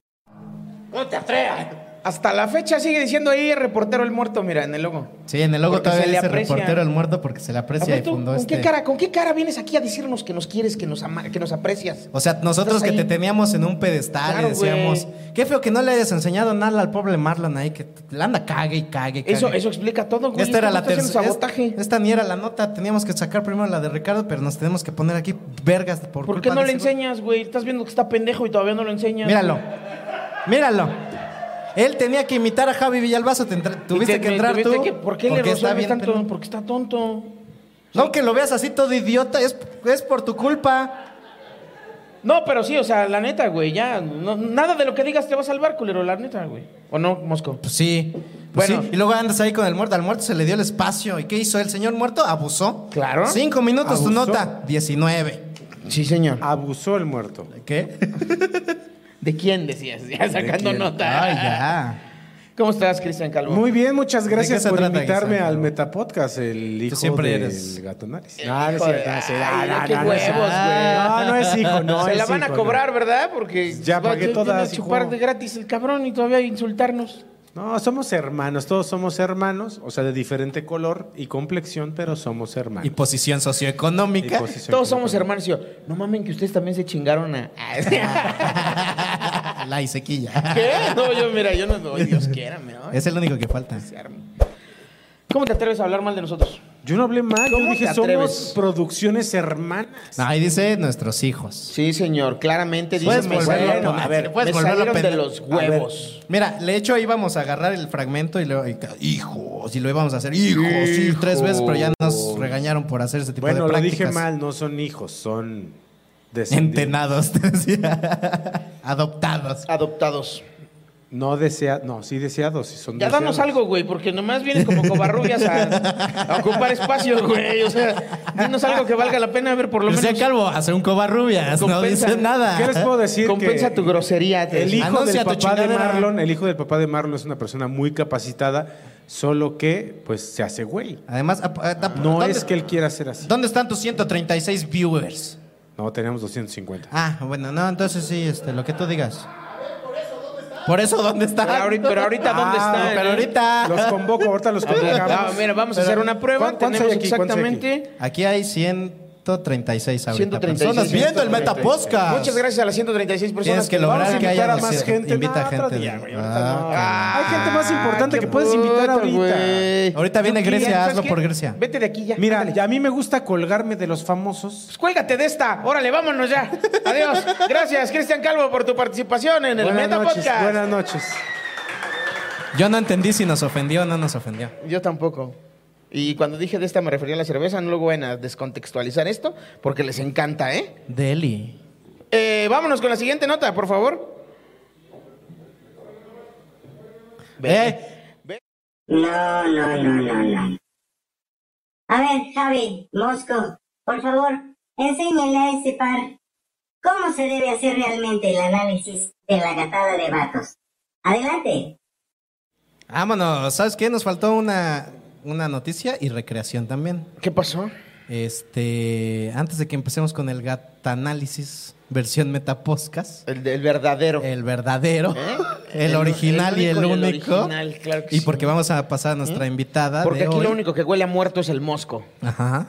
No te atrevas. Hasta la fecha sigue diciendo ahí reportero el muerto, mira, en el logo. Sí, en el logo Porque todavía se le dice aprecia. reportero el muerto porque se le aprecia Aparte, y tú, fundó ¿Con este. qué cara, con qué cara vienes aquí a decirnos que nos quieres, que nos ama- que nos aprecias? O sea, nosotros Estás que te ahí. teníamos en un pedestal Claro, y decíamos, güey. qué feo que no le hayas enseñado nada al pobre Marlon ahí, que t- la anda cague y cague. y cague. Eso, eso explica todo, güey. Esta era la tercera. tercera. sabotaje. esta ni era la nota. Teníamos que sacar primero la de Ricardo, pero nos tenemos que poner aquí vergas por ¿Por qué culpa no de le ese güey. enseñas, güey? Estás viendo que está pendejo y todavía no lo enseñas. Míralo. Míralo. Él tenía que imitar a Javi Villalbazo. te entra- Y tuviste te- que me- entrar tuviste tú. que- ¿Por qué le porque resuelves bien tanto? pendejo. Porque está tonto. No, que lo veas así todo idiota. Es, es por tu culpa. No, pero sí, o sea, la neta, güey, ya. no- nada de lo que digas te va a salvar, culero, la neta, güey. ¿O no, Mosco? Pues sí. Pues Bueno. sí. Y luego andas ahí con el muerto. Al muerto se le dio el espacio. ¿Y qué hizo el señor muerto? Abusó. Claro. Cinco minutos tu Abusó. nota. 19. Sí, señor. Abusó el muerto. ¿Qué? ¿De quién decías? Ya sacando ¿De quién? nota. Ay, ya. ¿Cómo estás, Cristian Calvo? Muy bien, muchas ¿De qué gracias se por trata, invitarme Guisandro? al Metapodcast, el hijo siempre del eres. gato Nares. El No, no es hijo cierto, de- no, sí, Ay, no, qué no, no es huevos, cierto. güey. No, no es hijo, no Se es la van a hijo, cobrar, no. ¿verdad? Porque Ya va- pagué viene todas, a chupar hijo. de gratis el cabrón y todavía insultarnos. No, somos hermanos, todos somos hermanos, o sea, de diferente color y complexión, pero somos hermanos. Y posición socioeconómica. Y posición Todos somos hermanos. Y yo, no mamen que ustedes también se chingaron a... La Isequilla. ¿Qué? No, yo, mira, yo no doy, Dios quiera, me doy. Es el único que falta. ¿Cómo te atreves a hablar mal de nosotros? Yo no hablé mal, yo ¿Cómo te dije atreves? somos producciones hermanas. No, ahí dice nuestros hijos. Sí, señor, claramente dice... Puedes me volverlo a salieron- poner, a ver, puedes me volverlo a salieron de poner. los A ver. huevos. Mira, de hecho íbamos a agarrar el fragmento y luego, y- hijos, y lo íbamos a hacer, hijos, sí, tres veces, pero ya nos Hijos. regañaron por hacer ese tipo Bueno, de lo prácticas. dije mal, no son hijos, son descendientes. Entenados, te decía. Adoptados. Adoptados. No deseados, no, sí deseados, sí son Ya deseados. danos algo, güey, porque nomás vienes como cobarrubias a, a ocupar espacio, güey. O sea, dinos algo que valga la pena a ver por lo Lucía menos. Calvo hace un cobarrubias, no Compensa. dice nada. ¿Qué les puedo decir? Compensa Que tu grosería. te El decía. hijo Anuncia del tu papá de chingadera. Marlon, el hijo del papá de Marlon es una persona muy capacitada, solo que pues se hace güey. Además, ap- ap- No ¿dónde- es que él quiera ser así. ¿Dónde están tus 136 viewers? No, tenemos 250. Ah, bueno, no, entonces sí, este, lo que tú digas. Por eso, ¿dónde está? Pero ahorita, pero ahorita, ¿dónde Ah, está? Pero ahorita. Los convoco, ahorita los A ver, convocamos. ah, mira, vamos a Pero- hacer una prueba. ¿cuán- cuántos Tenemos hay aquí? ¿Cuántos hay aquí? exactamente Aquí hay 136 ahorita 136. personas viendo 136. el Metaposca. Muchas gracias a las 136 personas. Tienes que Vamos a lograr que haya invitar a más 200. gente. Invita No, otro gente. día, ¿no? güey, ahorita no. Ah, Hay gente más importante qué que puedes invitar puto, ahorita. güey. Ahorita viene Yuki, Grecia, ¿sabes hazlo qué? por Grecia. Vete de aquí ya. Mira, ándale. y a mí me gusta colgarme de los famosos. Pues cuélgate de esta. Órale, vámonos ya. Adiós. Gracias, Cristian Calvo, por tu participación en el Buenas Meta noches, Podcast. buenas noches. Yo no entendí si nos ofendió o no nos ofendió. Yo tampoco. Y cuando dije de esta me refería a la cerveza, no lo voy a descontextualizar esto, porque les encanta, ¿eh? Deli. Eh, vámonos con la siguiente nota, por favor. Eh, No, no, no, no, no. A ver, Javi, Mosco, por favor, enséñale a ese par cómo se debe hacer realmente el análisis de la gatada de vatos. Adelante. vámonos. ¿Sabes qué? Nos faltó una, una noticia y recreación también. ¿Qué pasó? Este, antes de que empecemos con el gatanálisis versión Metaposcas, El, el verdadero. el verdadero, ¿Eh? el, original y el único único. original, claro que y sí. ¿Eh? porque vamos a pasar a nuestra invitada. Porque de aquí hoy. lo único que huele a muerto es el mosco. Ajá.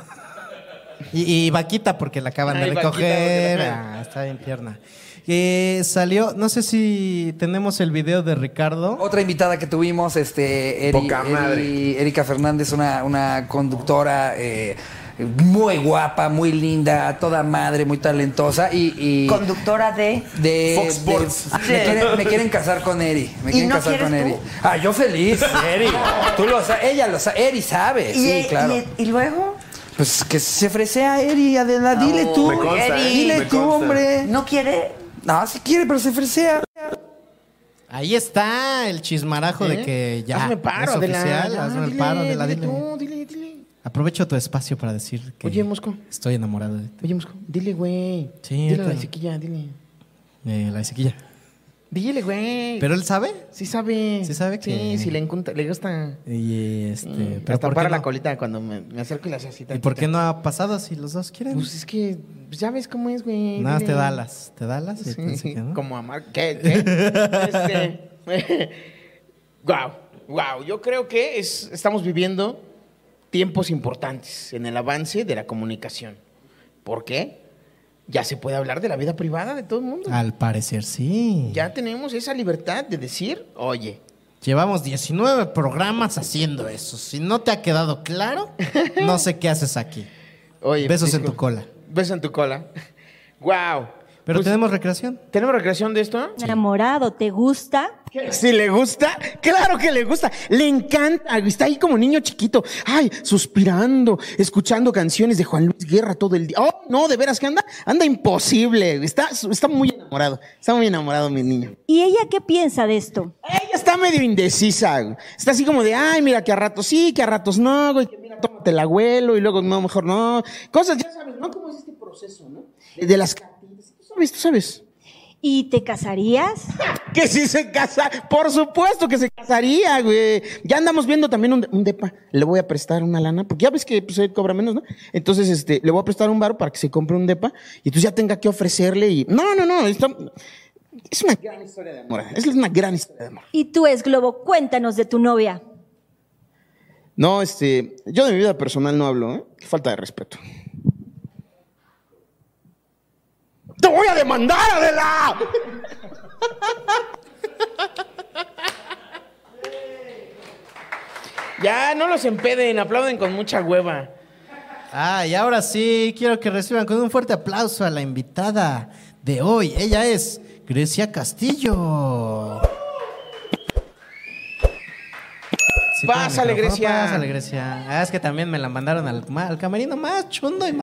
Y, y Vaquita, porque la acaban Ay, de Vaquita, recoger. porque la- Ah, está bien tierna. Eh, salió, no sé si tenemos el video de Ricardo. Otra invitada que tuvimos, este, Eri- Poca Eri- madre. Erika Fernández, una, una conductora eh, muy guapa, muy linda, a toda madre, muy talentox. Y, y- Conductora de. de, Fox de- Sports. me, quieren, me quieren casar con Eri. Me ¿Y quieren no casar con quieres Eri. tú? Ah, yo feliz, Eri. Tú lo sa- ella lo sabe, Eri sabe. Y, sí, eh, claro. y- y luego, Pues que se ofrece Eri, Adela, dile Oh, tú. me consta, Eri. ¿eh? Dile Me tú, consta. hombre. ¿no quiere? No, si quiere, pero se ofrece. Ahí está el chismarajo ¿Eh? de que ya hazme paro, es Adela, oficial. ya, hazme el dile, paro, Adela, dile dile. tú, dile, dile. Aprovecho tu espacio para decir que Oye, Mosco. estoy enamorado de ti. Oye, Mosco, dile, güey. Sí, dile a la ahorita. chiquilla, dile. Eh, la Ezequiel. Dile, güey. Pero él sabe. Sí sabe. Sí sabe Sí, que- sí le, encunta- le gusta. Y este, Mm, pero hasta ¿por qué para la no? colita cuando me, me acerco y las así. ¿Y por qué no ha pasado si los dos quieren? Pues es que pues ya ves cómo es, güey. Nada, más dile. te dalas. Te dalas y Sí, pensé que no. Como amar. ¿Qué? ¿Qué? este. wow. Wow. Yo creo que es, estamos viviendo tiempos importantes en el avance de la comunicación. ¿Por qué? Ya se puede hablar de la vida privada de todo el mundo. Al parecer sí. Ya tenemos esa libertad de decir, oye, Llevamos 19 programas haciendo eso. Si no te ha quedado claro, no sé qué haces aquí. oye. Besos en disculpa. tu cola. Besos en tu cola. Wow. Pero tenemos recreación. ¿Tenemos recreación de esto? enamorado, ¿te gusta? Si le gusta, claro que le gusta, le encanta, ah, está ahí como niño chiquito, ay, suspirando, escuchando canciones de Juan Luis Guerra todo el día. Oh, no, de veras que anda, anda imposible, está, está muy enamorado, está muy enamorado mi niño. ¿Y ella qué piensa de esto? Ella está medio indecisa, güey. está así como de, ay, mira, que a ratos sí, que a ratos no, güey, que mira, tómate el abuelo y luego no, mejor no. Cosas, ya sabes, ¿no? ¿Cómo es este proceso, no? De las cartitas, tú sabes, tú sabes. ¿Y te casarías? Que si se casa, por supuesto que se casaría, güey. Ya andamos viendo también un, un depa. Le voy a prestar una lana, porque ya ves que pues, él cobra menos, ¿no? Entonces, este, le voy a prestar un baro para que se compre un depa y entonces ya tenga que ofrecerle y. No, no, no. está- Es una gran historia de amor. Es una gran historia de amor. Y tú es Globo, cuéntanos de tu novia. No, este, yo de mi vida personal no hablo, ¿eh? Qué falta de respeto. ¡Te voy a demandar, Adela! ya, no los empeden, aplauden con mucha hueva. Ah, y ahora sí, quiero que reciban con un fuerte aplauso a la invitada de hoy. Ella es Grecia Castillo. Sí, con el Pásale, micrófono, Grecia. Pásale, Grecia. Ah, es que también me la mandaron al, ma- al camerino más chundo y más.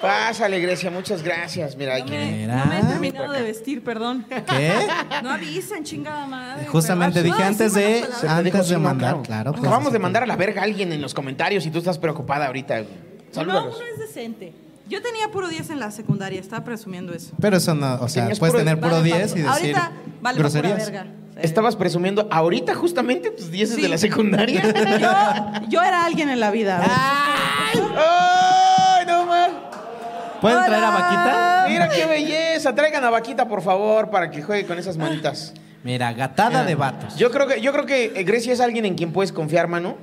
Pásale, Grecia, muchas gracias. Mira, aquí. Mira. Me he terminado de vestir, perdón. ¿Qué? No avisan, chingada madre. Justamente Pero- dije No, antes sí, bueno, de, Ah, pues, Se te dijo antes sí, de no, mandar, claro. claro. pues, Acabamos de mandar a la verga a alguien en los comentarios y tú estás preocupada ahorita. güey. No, Salúdalos. uno es decente. Yo tenía puro 10 en la secundaria, estaba presumiendo eso. Pero eso no, o sea, Tenías puedes puro- tener puro Vale, 10 y papu. decir Ahorita vale pa' pura groserías. verga. Estabas presumiendo ahorita justamente tus 10 Eh, Sí. de la secundaria. Yo, yo era alguien en la vida. Ah, ¡Ay! ¡Ay, no más! ¿Pueden traer a Vaquita? Mira qué belleza. Traigan a Vaquita, por favor, para que juegue con esas manitas. Mira, gatada de vatos. Yo creo que, yo creo que eh, Grecia es alguien en quien puedes confiar, mano.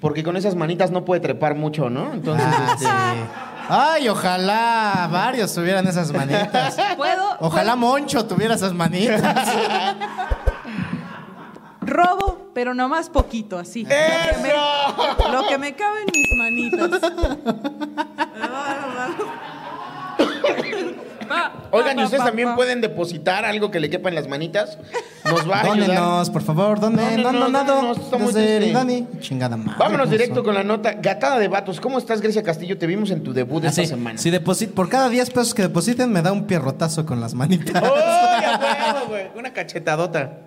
Porque con esas manitas no puede trepar mucho, ¿no? Entonces, Ah, este, sí. Ay, ojalá varios tuvieran esas manitas. ¿Puedo? Ojalá Moncho tuviera esas manitas. Robo, pero nomás poquito, así. Lo, que me, lo que me cabe en mis manitas. Oigan, y ustedes también pueden depositar algo que le quepa en las manitas. Nos va a ayudar. Dónenos, por favor, donen, no, no, Dónenos, no, este dónenos, está muy triste. Dani. Chingada madre. Vámonos ¿cómo directo son? con la nota. Gatada de vatos. ¿Cómo estás, Grecia Castillo? Te vimos en tu debut Ah, esta sí. semana. Si deposit por cada 10 pesos que depositen, me da un pierrotazo con las manitas. ¡Ay, a huevo, güey! Una cachetadota.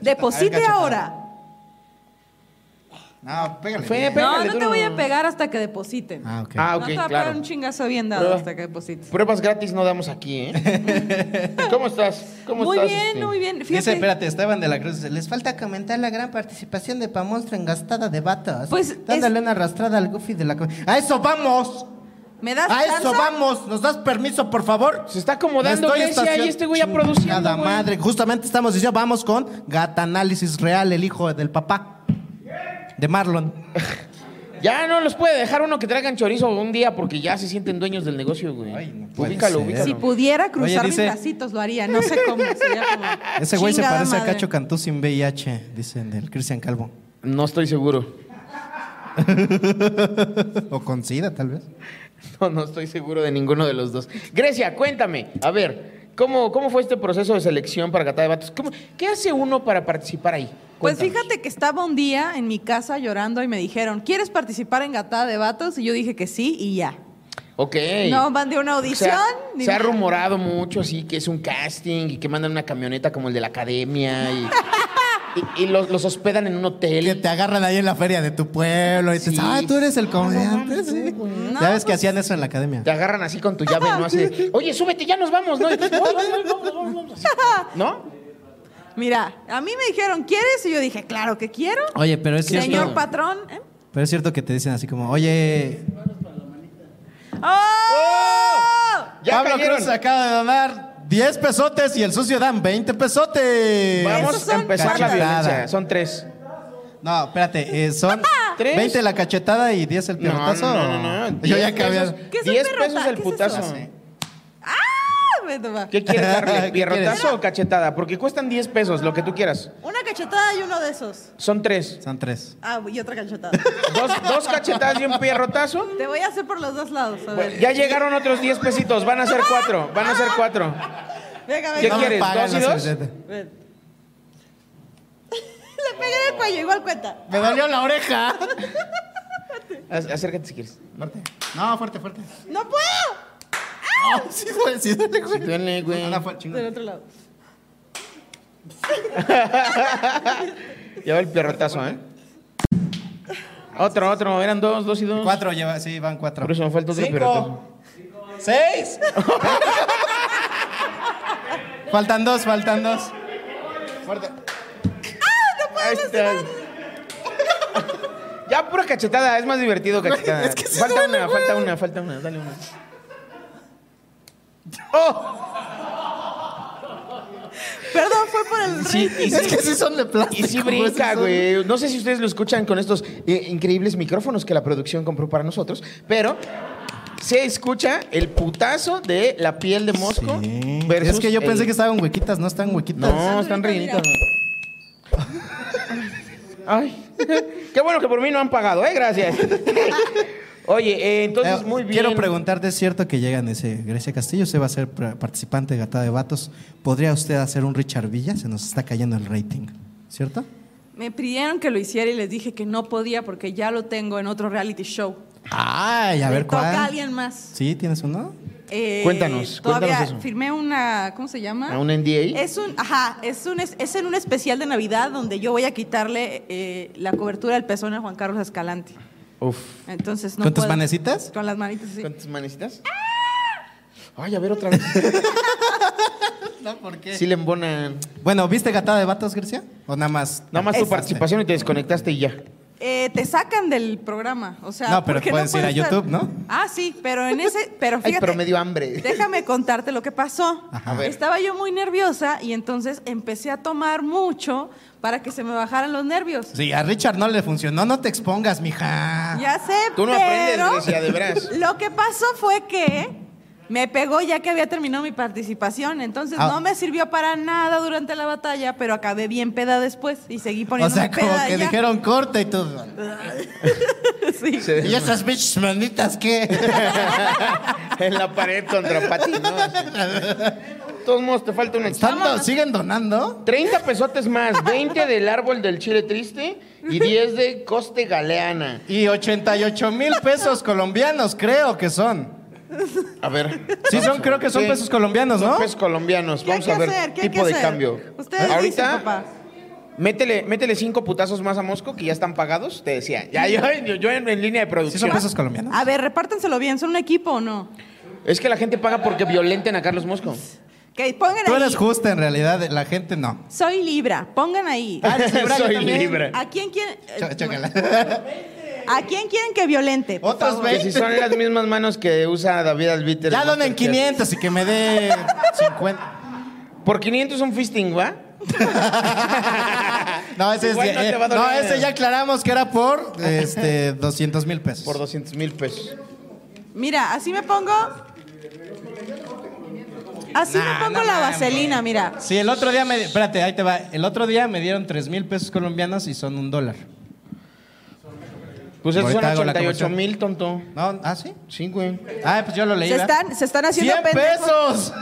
Deposite Cachetada. ahora. No, pégale. Fue, bien. No, no te voy a pegar hasta que depositen. Ah, ok. Ah, no ok, te voy a pegar claro. un chingazo bien dado Prueba. hasta que deposites. Pruebas gratis no damos aquí, ¿eh? ¿Cómo estás? ¿Cómo Muy estás? bien, este? muy bien. Fíjate. Dice, espérate, Esteban de la Cruz. dice, Les falta comentar la gran participación de Pamonstro en gastada de vatos. Pues, dándole una arrastrada al Goofy de la. co- ¡A eso vamos! ¿Me das ¡A eso chanza? vamos! ¿Nos das permiso, por favor? Se está acomodando Grecia y este güey ya produciendo, Nada güey. madre. Justamente estamos diciendo, vamos con Gata Análisis Real, el hijo del papá. De Marlon. Ya no los puede dejar uno que traigan chorizo un día porque ya se sienten dueños del negocio, güey. Pues puede ubícalo, ser. ubícalo. Si pudiera cruzar Oye, dice- mis bracitos, lo haría. No sé cómo. sería como Ese güey se chingada parece madre. a Cacho Cantú sin VIH, dicen el Cristian Calvo. No estoy seguro. o con SIDA, tal vez. No, no estoy seguro de ninguno de los dos. Grecia, cuéntame. A ver, ¿cómo, cómo fue este proceso de selección para Gata de Vatos? ¿Cómo- ¿Qué hace uno para participar ahí? Pues Cuéntame. fíjate que estaba un día en mi casa llorando y me dijeron, ¿quieres participar en Gatada de Vatos? Y yo dije que sí y ya. Ok. No mandé una O sea, audición. ni se ha nada. rumorado mucho, así que es un casting y que mandan una camioneta como el de la academia y, y- y los, los hospedan en un hotel. Que te agarran ahí en la feria de tu pueblo y dices, Sí. ah, tú eres el comediante, sí. ya ves pues que hacían eso en la academia. Te agarran así con tu llave, ¿no? Así de, oye, súbete, ya nos vamos, ¿no? Y dices, "Voy, voy, voy, vamos, vamos, vamos", así. ¿No? Mira, a mí me dijeron, ¿quieres? Y yo dije, claro que quiero. Oye, pero Oh, es cierto. Señor patrón. ¿eh? Pero es cierto que te dicen así como, oye, ¡Oh! Ya Pablo cayeron. Cruz acaba de donar 10 pesotes y el sucio dan 20 pesotes. Vamos a empezar la Cachetada. violencia. Son tres. No, espérate, eh, son ¿Tres? 20 la cachetada y 10 el No, no, pierrotazo. no, no, no. Yo Diez ya acabé. pesos. ¿Qué es un 10 perrota? pesos el ¿Qué es putazo. eso? Sí. ¡Ah! Pobre tu mamá. ¿Qué quieres darle? ¿Qué ¿Pierrotazo o cachetada? Porque cuestan 10 pesos, lo que tú quieras. Una cachetada y uno de esos. Son tres. Son tres. Ah, y otra cachetada. Dos, dos cachetadas y un pierrotazo. Te voy a hacer por los dos lados. A ver. Ya llegaron otros 10 pesitos. Van a ser cuatro. Van a ser cuatro. Venga, venga. ¿Qué quieres? ¿Dos y dos? Ven. Le pegué en el cuello, igual cuenta. Me dolió la oreja. Ac- Acércate si quieres. No, fuerte, fuerte. ¡No puedo! Ah, sí duele, sí duele, güey. Sí duele, güey. Ahora fue- chingón. Del otro lado. Lleva el pierrotazo, ¿eh? Otro, otro. Eran dos, dos y dos. Cuatro lleva, sí, van cuatro. Por eso me falta otro Cinco. pierrotazo. ¡Seis! faltan dos, faltan dos. Ahí está. Ya pura cachetada, es más divertido cachetada. es que sí falta duele, una, güey. falta una, falta una, dale una. ¡Oh! Perdón, fue por el Sí, rating. y sí- Y sí brinca, güey. No sé si ustedes lo escuchan con estos eh, increíbles micrófonos que la producción compró para nosotros, pero se escucha el putazo de la piel de mosco versus es que yo el- pensé que estaban huequitas, no están huequitas. No, están rellenitas. Ay, qué bueno que por mí no han pagado, ¿eh? Gracias. Oye, eh, entonces, Eh, muy bien. Quiero preguntarte, ¿es cierto que llegan ese Grecia Castillo? Usted va a ser pra- participante de Gatada de Vatos. ¿Podría usted hacer un Richard Villa? Se nos está cayendo el rating, ¿cierto? Me pidieron que lo hiciera y les dije que no podía porque ya lo tengo en otro reality show. Ay, a ver Le toca cuál. a alguien más. ¿Sí? ¿Tienes uno? Eh, Cuéntanos, todavía cuéntanos eso. Firmé una, ¿cómo se llama? ¿A un NDA? Es un, ajá, es un es, es en un especial de Navidad donde yo voy a quitarle eh, la cobertura del pezón a Juan Carlos Escalante. Uf. Entonces no ¿Con tus puedo. manecitas? Con las manitas, sí. ¿Con tus manecitas? Ay, a ver otra vez. No, ¿por qué? Sí le embonan. Bueno, ¿viste Gatada de Vatos, Grecia? ¿O nada más? Nada más tu Es- participación y te desconectaste y ya. Eh, te sacan del programa, o sea, No, pero porque puedes ir a estar- YouTube, ¿no? Ah, sí, pero en ese, pero fíjate, Ay, pero me dio hambre. Déjame contarte lo que pasó. Ajá. A ver. Estaba yo muy nerviosa y entonces empecé a tomar mucho para que se me bajaran los nervios. Sí, a Richard no le funcionó. No te expongas, mija. Ya sé, Tú no pero aprendes, Grecia, de veras. Lo que pasó fue que me pegó ya que había terminado mi participación, entonces Ah. no me sirvió para nada durante la batalla, pero acabé bien peda después y seguí O poniéndome sea, como peda que ya. dijeron corta y tú... Se- ¿Y esas bitches manitas qué? en la pared contra Pati, ¿no? De todos modos, te falta un extra. ¿Siguen donando? 30 pesotes más, 20 del árbol del chile triste y 10 de coste galeana. Y 88 mil pesos colombianos, creo que son. A ver. Sí, vamos son, a- creo que son Sí, pesos colombianos, ¿no? Son pesos colombianos. ¿Qué hay Vamos a que ver hacer? ¿Qué hay que tipo de hacer? cambio. Ustedes Ahorita, dicen, papá. Métele, métele cinco putazos más a Mosco que ya están pagados, te decía. Ya, yo, yo- yo en, en línea de producción. colombianos? A ver, repártenselo bien, ¿son un equipo o no? Es que la gente paga porque violenten a Carlos Mosco. Que pongan Tú ahí. eres justa en realidad, la gente no. Soy Libra, pongan ahí. Ah, eres Libra, yo Soy también. Libra. ¿A quién quieren? Chó- chócala. ¿A quién quieren que violente? por Otros favor? Que si son las mismas manos que usa David Albiter. Ya en donen Masterchef. 500 y que me dé 50. Por 500 un fisting, ¿va? No, ese, es Igual de- no te eh, va a no, doler. ese ya aclaramos que era por este, 200 mil pesos. Por 200 mil pesos. Mira, así me pongo. Así Nah, me pongo no la mames. vaselina, mira. Sí, el otro día me... Espérate, ahí te va. El otro día me dieron 3 mil pesos colombianos y son un dólar. Pues eso son Ahorita hago la 88 conversión. mil, tonto. No, ¿Ah, sí? Sí, güey. Ah, pues yo lo leí. Se ¿verdad? están, se están haciendo 100 pendejos. pesos!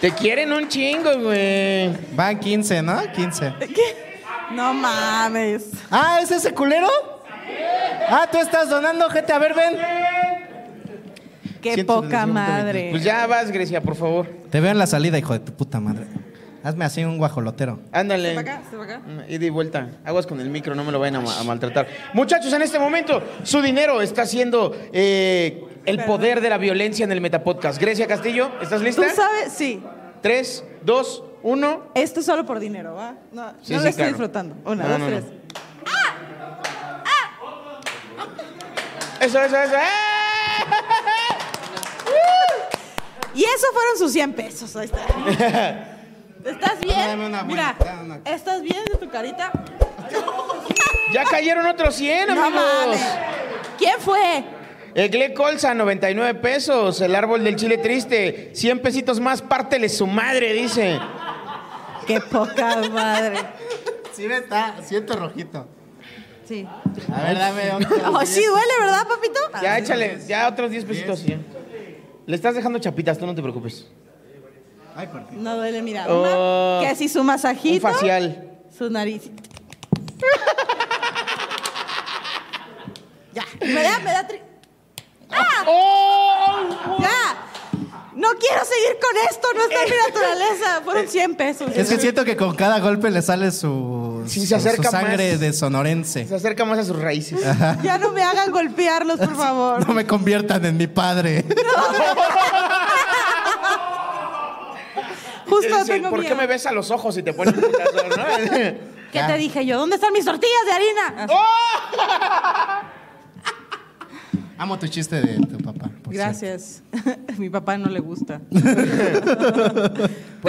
Te quieren un chingo, güey. Van 15, ¿no? 15. ¿Qué? No mames. Ah, ¿es ese culero? Ah, tú estás donando, gente. A ver, ven. Qué Ciento- poca ciento madre. Pues ya vas, Grecia, por favor. Te veo en la salida, hijo de tu puta madre. Hazme así un guajolotero. Ándale. Acá, se va acá. Mm, Ida y vuelta. Aguas con el micro, no me lo vayan a, ma- a maltratar. Muchachos, en este momento, su dinero está siendo eh, el poder de la violencia en el Metapodcast. Grecia Castillo, ¿estás ¿Tú lista? sabes? Sí. Tres, dos, uno. Esto es solo por dinero, ¿va? No, Sí, no lo sí, estoy claro. disfrutando. Una, No, dos, no, no. tres. Eso, eso, eso. ¡Eh! Y eso fueron sus 100 pesos. Ahí está. ¿Estás Dame bien? una Mira, vuelta, una- ¿estás bien de tu carita? Ya cayeron otros 100, No amigos. mames. ¿Quién fue? El Gle Colza, 99 pesos. El árbol del chile triste, 100 pesitos más, pártele su madre, dice. Qué poca madre. Sí, me está. Siento rojito. Sí. A ver, dame otro. Oh, sí duele, ¿verdad, papito? Ah, Ya échale, ya otros 10 pesitos. ya. Le estás dejando chapitas, tú no te preocupes. Ay, por fin. No duele, mira. Oh. una- que así su masajito. Un facial. Su nariz. ya. Me da, me da tri- ¡Ah! Oh, ¡Ya! No quiero seguir con esto, no está en Eh. mi naturaleza. Fueron 100 pesos. Es que siento que con cada golpe le sale su, Sí, se su- acerca su sangre más. de sonorense. Se acerca más a sus raíces. Ya no me hagan golpearlos, por favor. No me conviertan en mi padre. Justo Dice, tengo ¿Por qué miedo. me ves a los ojos y te pones un putazo, no? ¿Qué te dije yo? ¿Dónde están mis tortillas de harina? Así. Amo tu chiste de tu papá. por Gracias. Mi papá no le gusta. Pues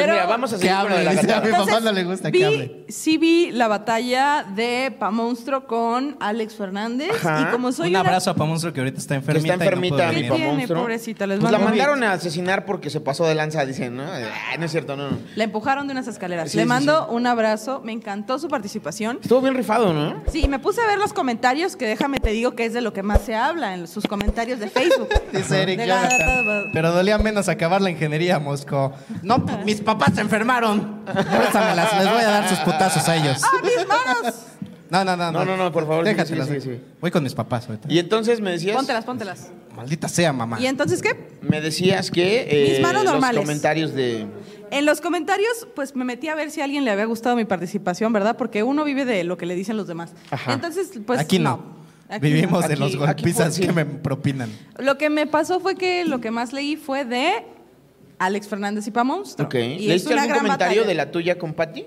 Pero- mira, vamos a Que seguir con hable, lo de la dice, a gatada. mi papá no le gusta que hable. Vi, sí vi la batalla de Pa Monstruo con Alex Fernández. Y como soy Un una- abrazo a Pamonstro que ahorita está Que enfermita. está enfermita, y mi no pudo pa' venir. tiene, monstruo. pobrecita? Les Pues la mando- mandaron a asesinar porque se pasó de lanza, dicen, ¿no? Ay, no es cierto, no, no. La empujaron de unas escaleras. Sí, Le sí, mando un abrazo. Me encantó su participación. Estuvo bien rifado, ¿no? Sí, me puse a ver los comentarios que déjame te digo que es de lo que más se habla en sus comentarios de Facebook. Dice Eric De la- Jonathan, Pero dolía menos acabar la ingeniería, Mosco. No, mis papás se enfermaron. Lánzamelas, les voy a dar sus putazos a ellos. ¡Ah, mis manos! No, no, no. No, no, no, por favor, sigue, Déjatelas. sigue, sigue, sigue. Voy con mis papás ahorita. Y entonces me decías. Póntelas, póntelas. Maldita sea, mamá. ¿Y entonces qué? Me decías que. eh, Mis manos normales. Los comentarios de. En los comentarios, pues me metí a ver si a alguien le había gustado mi participación, ¿verdad? Porque uno vive de lo que le dicen los demás. Ajá. Entonces, pues. Aquí no. Aquí Vivimos no. de los Aquí- golpizas aquí por- que me propinan. Lo que me pasó fue que lo que más leí fue de Alex Fernández y Pa Monstruo. Ok. Y es ¿Leíste una algún gran comentario batalla. de la tuya con Patty?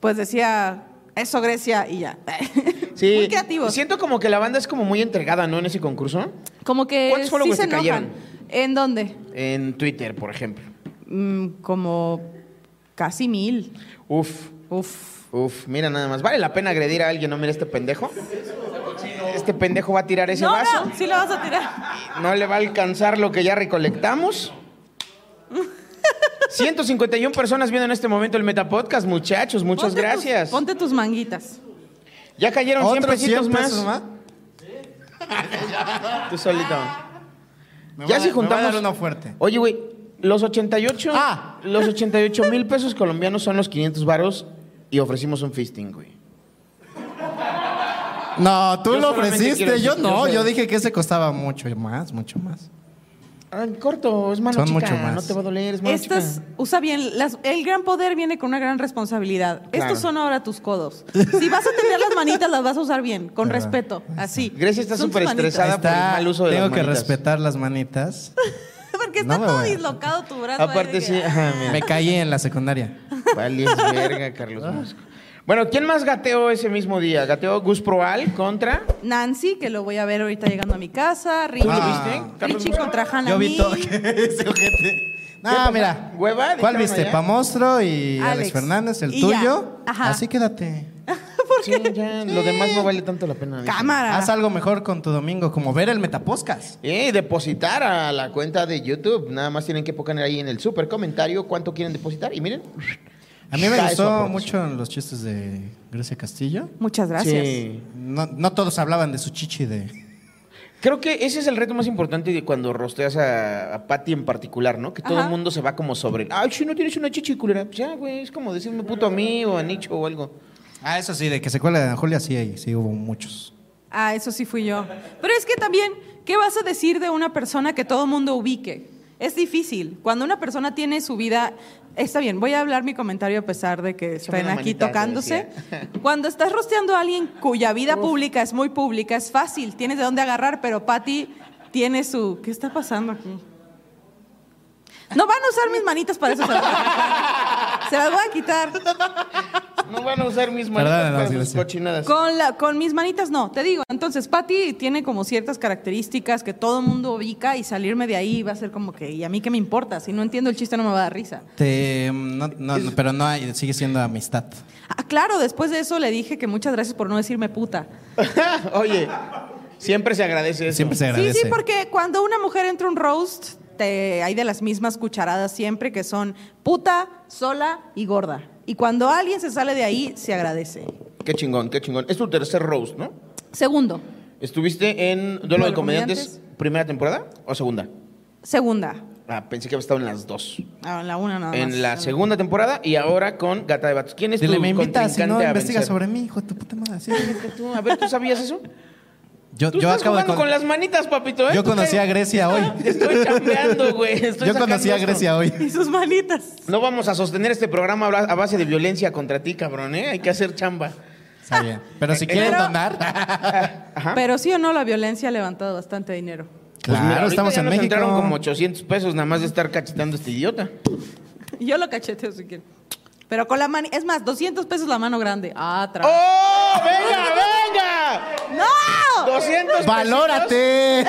Pues decía, eso Grecia y ya. Sí. Muy creativos. Siento como que la banda es como muy entregada, ¿no? En ese concurso. Como que. ¿Cuántos followers sí se te cayeron? enojan. ¿En dónde? En Twitter, por ejemplo. Mm, como casi mil. Uf. Uf. Uf, mira nada más. ¿Vale la pena agredir a alguien? No, mira este pendejo. Este pendejo va a tirar ese no, vaso. no, sí lo vas a tirar. No le va a alcanzar lo que ya recolectamos. 151 personas viendo en este momento el Metapodcast, muchachos. Muchas Ponte tus- gracias. ponte tus manguitas. Ya cayeron 100 ¿Otros pesitos 100 más. pesos más? Tú solito. Ah. Me voy Ya a- si Me voy a juntamos. dar uno fuerte. Oye, güey, los 88. Ah. Los 88 mil pesos colombianos son los 500 varos y ofrecimos un fisting, güey. No, tú Yo lo solamente quiero ofreciste, decir- yo no. yo sé. Yo dije que ese costaba mucho más, mucho más. Ah, corto, es mano Son chica, mucho más. no te va a doler, es mano Estas, chica. usa bien, las- el gran poder viene con una gran responsabilidad. Claro. Estos son ahora tus codos. Si vas a tener las manitas, las vas a usar bien, con Claro. respeto, así. Grecia está Son tus súper estresada manitas. por el mal uso de Tengo las que manitas. respetar las manitas. Porque está No me todo voy a- dislocado tu brazo. ahí Aparte de sí, que- ajá, Ah, mira. Me caí en la secundaria. Vale, es verga, Ah. Carlos Mosco. Bueno, ¿quién más gateó ese mismo día? Gateó Gus Proal contra. "Ah, Nancy, que lo voy a ver ahorita llegando a mi casa. Richie, Ah. Carlos Richie Mosco. contra Hannah Yo vi Mee. todo ese ojete. ¿Qué No, pues, pasó? mira. ¿Hueva? ¿Cuál Dijeron viste? allá. Pamostro y Alex, Alex. Fernández, el Y ya. tuyo. Ajá. Así quédate. Sí, ya, lo demás no vale tanto la pena. Cámara. Haz algo mejor con tu domingo, como ver el Metapodcast. Y depositar a la cuenta de YouTube. Nada más tienen que poner ahí en el super comentario cuánto quieren depositar. Y miren. A mí me cae su gustó aportación. mucho los chistes de Grecia Castillo. Muchas gracias. Sí. No, no todos hablaban de su chichi de. Creo que ese es el reto más importante de cuando rosteas a, a Patty en particular, ¿no? Que todo Ajá. el mundo se va como sobre. Ay, si no tienes una chichi culera. Pues ya, güey, es como decirme puto a mí o a Nicho o algo. Ah, eso sí, de que se cuela de Julia, sí, ahí sí hubo muchos. Ah, eso sí fui yo. Pero es que también, ¿qué vas a decir de una persona que todo mundo ubique? Es difícil. Cuando una persona tiene su vida... Está bien, voy a hablar mi comentario a pesar de que Échame estén una aquí manita, te tocándose. decía. Cuando estás rosteando a alguien cuya vida pública es muy pública, es fácil, tienes de dónde agarrar, pero Patty tiene su... ¿Qué está pasando aquí? No van a usar mis manitas para eso. se las voy a- Se las voy a quitar. No van a usar mis manitas Perdónenos, para sus Grecia. cochinadas. Con, la, con mis manitas no, te digo. Entonces, Patty tiene como ciertas características que todo el mundo ubica y salirme de ahí va a ser como que, ¿y a mí qué me importa? Si no entiendo el chiste no me va a dar risa. Te, mm, no, no, no, pero no hay, sigue siendo amistad. Ah, claro, después de eso le dije que muchas gracias por no decirme puta. Oye, Siempre se agradece eso. Siempre se Sí, agradece. sí, porque cuando una mujer entra a un roast, te, hay de las mismas cucharadas siempre que son puta, sola y gorda. Y cuando alguien se sale de ahí, se agradece. Qué chingón, qué chingón. Es tu tercer roast, ¿no? Segundo, ¿Estuviste en Duelo de Comediantes, primera temporada o segunda? segunda. Ah, pensé que había estado en las dos. Ah, en la una nada más. en la segunda temporada y ahora con Gata de Batos. ¿Quién es Dile, tu me invitas si no contrincante a investigas vencer? sobre mí, hijo de tu puta madre. Sí. Tú, a ver, ¿tú sabías eso? Yo, Tú yo estás acabo de jugando con... con- las manitas, papito, ¿eh? Yo Tú te- conocí a Grecia hoy. Estoy chambeando, güey. Estoy Yo conocí sacando a Grecia hoy. Y sus manitas. No vamos a sostener este programa a base de violencia contra ti, cabrón, ¿eh? Hay que hacer chamba. Está bien. Pero si Eh, quieren pero- donar, Pero sí o no, la violencia ha levantado bastante dinero. Pues mira, Claro, ahorita estamos ya en nos México. entraron como 800 pesos nada más de estar cachetando a este idiota. Yo lo cacheteo si quieren. Pero con la mano. Es más, 200 pesos la mano grande. Ah, tra- ¡Oh! ¡Venga, venga! ¡No! 200 pesitos. ¡valórate!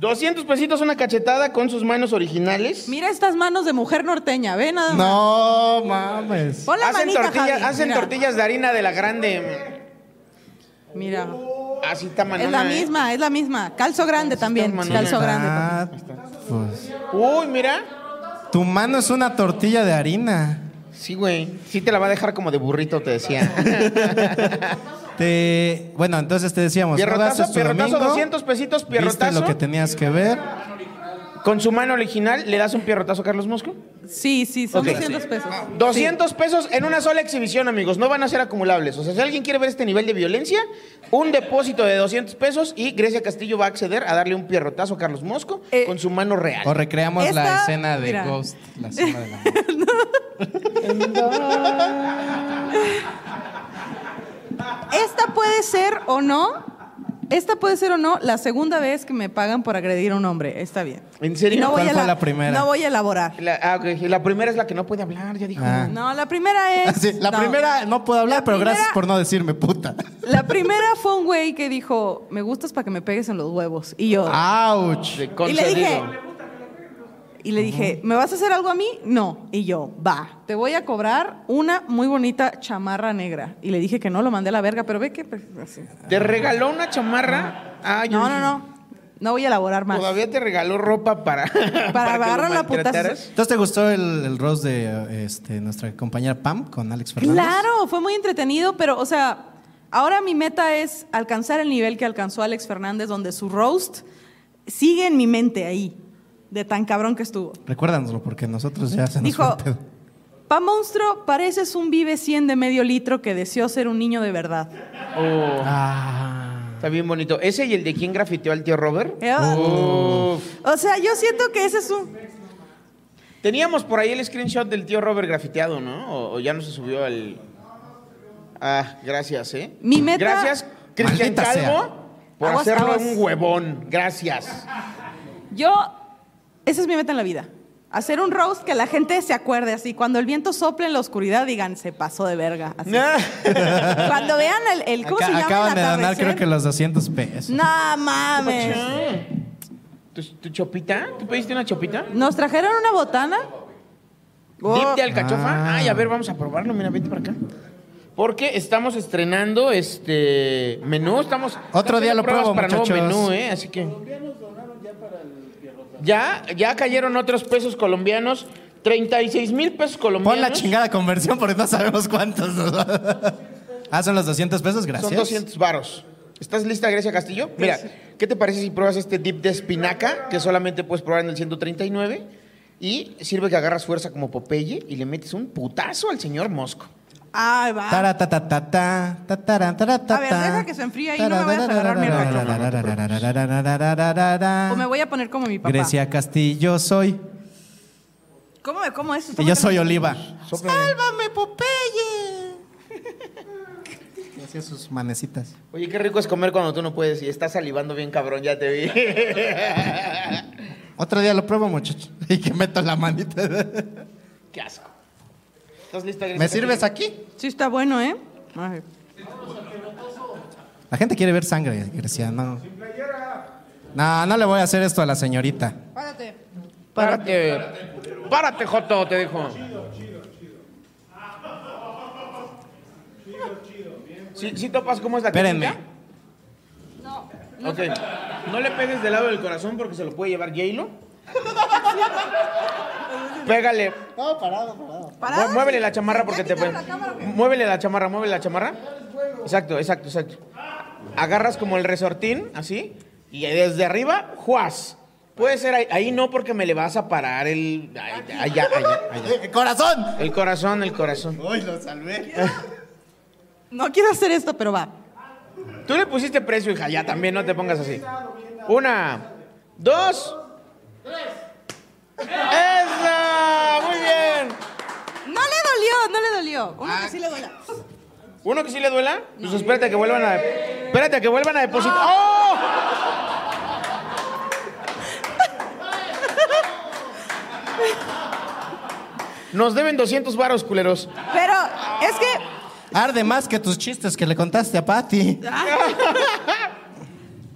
200 pesitos una cachetada con sus manos originales. Mira estas manos de mujer norteña, ve nada más. No mames. Pon la hacen manita, tortillas, Javi. hacen Mira. tortillas de harina de la grande. Mira. Oh, Así está manona. Es la ¿eh? misma, es la misma. Calzo grande también. manona. Calzo grande. también. Ah, pues, Uy, mira. tu mano es una tortilla de harina. Sí, güey. Sí te la va a dejar como de burrito, te Pues, decía. Te, bueno, entonces te decíamos, rodas pierrotazo, es tu pierrotazo, este domingo, 200 pesitos, viste pierrotazo. lo que tenías que ver. Con su mano original, ¿le das un pierrotazo a Carlos Mosco? Sí, sí, son Ok. 200 pesos. 200 pesos en una sola exhibición, amigos. No van a ser acumulables. O sea, si alguien quiere ver este nivel de violencia, un depósito de 200 pesos y Grecia Castillo va a acceder a darle un pierrotazo a Carlos Mosco Eh. con su mano real. O recreamos la Esta- escena de mira. Ghost, la escena de la Esta puede ser o no. Esta puede ser o no la segunda vez que me pagan por agredir a un hombre. Está bien. ¿En serio? No voy ¿Cuál a fue la- la primera? No voy a elaborar. La, ah, ok. La primera es la que no puede hablar, ya dijo. Ah. No, la primera es. Sí, la no. primera no puedo hablar, La pero primera- gracias por no decirme puta. La primera fue un güey que dijo: Me gustas para que me pegues en los huevos. Y yo. Ah, Ouch. De y le dije. concedido. Y le dije, ¿me vas a hacer algo a mí? No. Y yo, va, te voy a cobrar una muy bonita chamarra negra. Y le dije que no, lo mandé a la verga, pero ve que... pues, así. ¿Te regaló una chamarra? Ay, No, uy. no, no. No voy a elaborar más. Todavía te regaló ropa para. Para, que lo agarrar la maltrataras? putazo. Entonces, ¿te gustó el, el roast de eh, este, nuestra compañera Pam con Alex Fernández? Claro, fue muy entretenido, pero, o sea, ahora mi meta es alcanzar el nivel que alcanzó Alex Fernández, donde su roast sigue en mi mente ahí, de tan cabrón que estuvo. Recuérdanoslo, porque nosotros ya se nos Dijo- fue el pedo. Pa monstruo, pareces un vive 100 de medio litro que deseó ser un niño de verdad. Oh, Ah. Está bien bonito. ¿Ese y el de quién grafiteó al tío Robert? Eh, Uf. O sea, yo siento que ese es un... Teníamos por ahí el screenshot del tío Robert grafiteado, ¿no? O, o ya no se subió al. Ah, gracias, ¿eh? Mi meta- Gracias, Cristian Maldita Calvo, por Aguas, hacerlo aguas. un huevón. Gracias. Yo, esa es mi meta en la vida. Hacer un roast que la gente se acuerde así. Cuando el viento sople en la oscuridad, digan, se pasó de verga. así. Cuando vean el, el- ¿cómo Acá- se llama? acaban El de donar, atardecer. creo que los 200 pesos. No mames. ¿Tu, tu chopita? ¿Tú pediste una chopita? Nos trajeron una botana. Oh. Dip de alcachofa. Ay, a ver, vamos a probarlo. Mira, vente para acá. Porque estamos estrenando este menú. Estamos. Otro estamos día haciendo lo pruebas pruebo, para nuevo muchachos. menú, ¿eh? Así que. Ya, ya cayeron otros pesos colombianos. 36 mil pesos colombianos. Pon la chingada conversión porque no sabemos cuántos. nos va. ah, son los 200 pesos, gracias. Son 200 varos. ¿Estás lista, Grecia Castillo? Mira, ¿qué te parece si pruebas este dip de espinaca que solamente puedes probar en el 139? Y sirve que agarras fuerza como Popeye y le metes un putazo al señor Mosco. Ay, va. Tara, ta, ta, ta, ta, ta, tara, tara, ta, Ah. A ver, ta. deja que se enfríe ahí, no me vayas a agarrar mi O me voy a poner como mi papá. Grecia Castillo soy. ¿Cómo me como eso? Y yo soy Oliva. ¡Sálvame, Popeye! Y hacía sus manecitas. Oye, qué rico es comer cuando tú no puedes y estás salivando bien cabrón, ya te vi. Otro día lo pruebo, muchacho. Y que meto la manita. qué asco. ¿Estás lista, Grecia? ¿Me sirves aquí? Sí, está bueno, ¿eh? Ay. La gente quiere ver sangre, Grecia, no. No, no le voy a hacer esto a la señorita. Párate. Párate. Párate, Joto, te dijo. ¿Sí, sí topas cómo es la Espérenme. técnica? Ok. No le pegues del lado del corazón porque se lo puede llevar Jaylo. Pégale. No, parado, parado. Ah, Mue- Muévele la chamarra porque te puede. Muévele la chamarra, muévele la chamarra. Exacto, exacto, exacto. Agarras como el resortín, así, y desde arriba, juas. Puede ser ahí, ahí no porque me le vas a parar el. ay, Allá, allá, allá. ¡El corazón! El corazón, el corazón. Uy, lo salvé. No quiero hacer esto, pero va. Tú le pusiste precio, hija, ya también, no te pongas así. Una, dos. ¡Esa! ¡Muy bien! No le dolió, no le dolió. Ah. Uno que sí le duela. ¿Uno que sí le duela? Pues espérate a que vuelvan a. Espérate a que vuelvan a depositar. ¡Ah! ¡Oh! Nos deben 200 varos, culeros. Pero es que. Arde más que tus chistes que le contaste a Patty.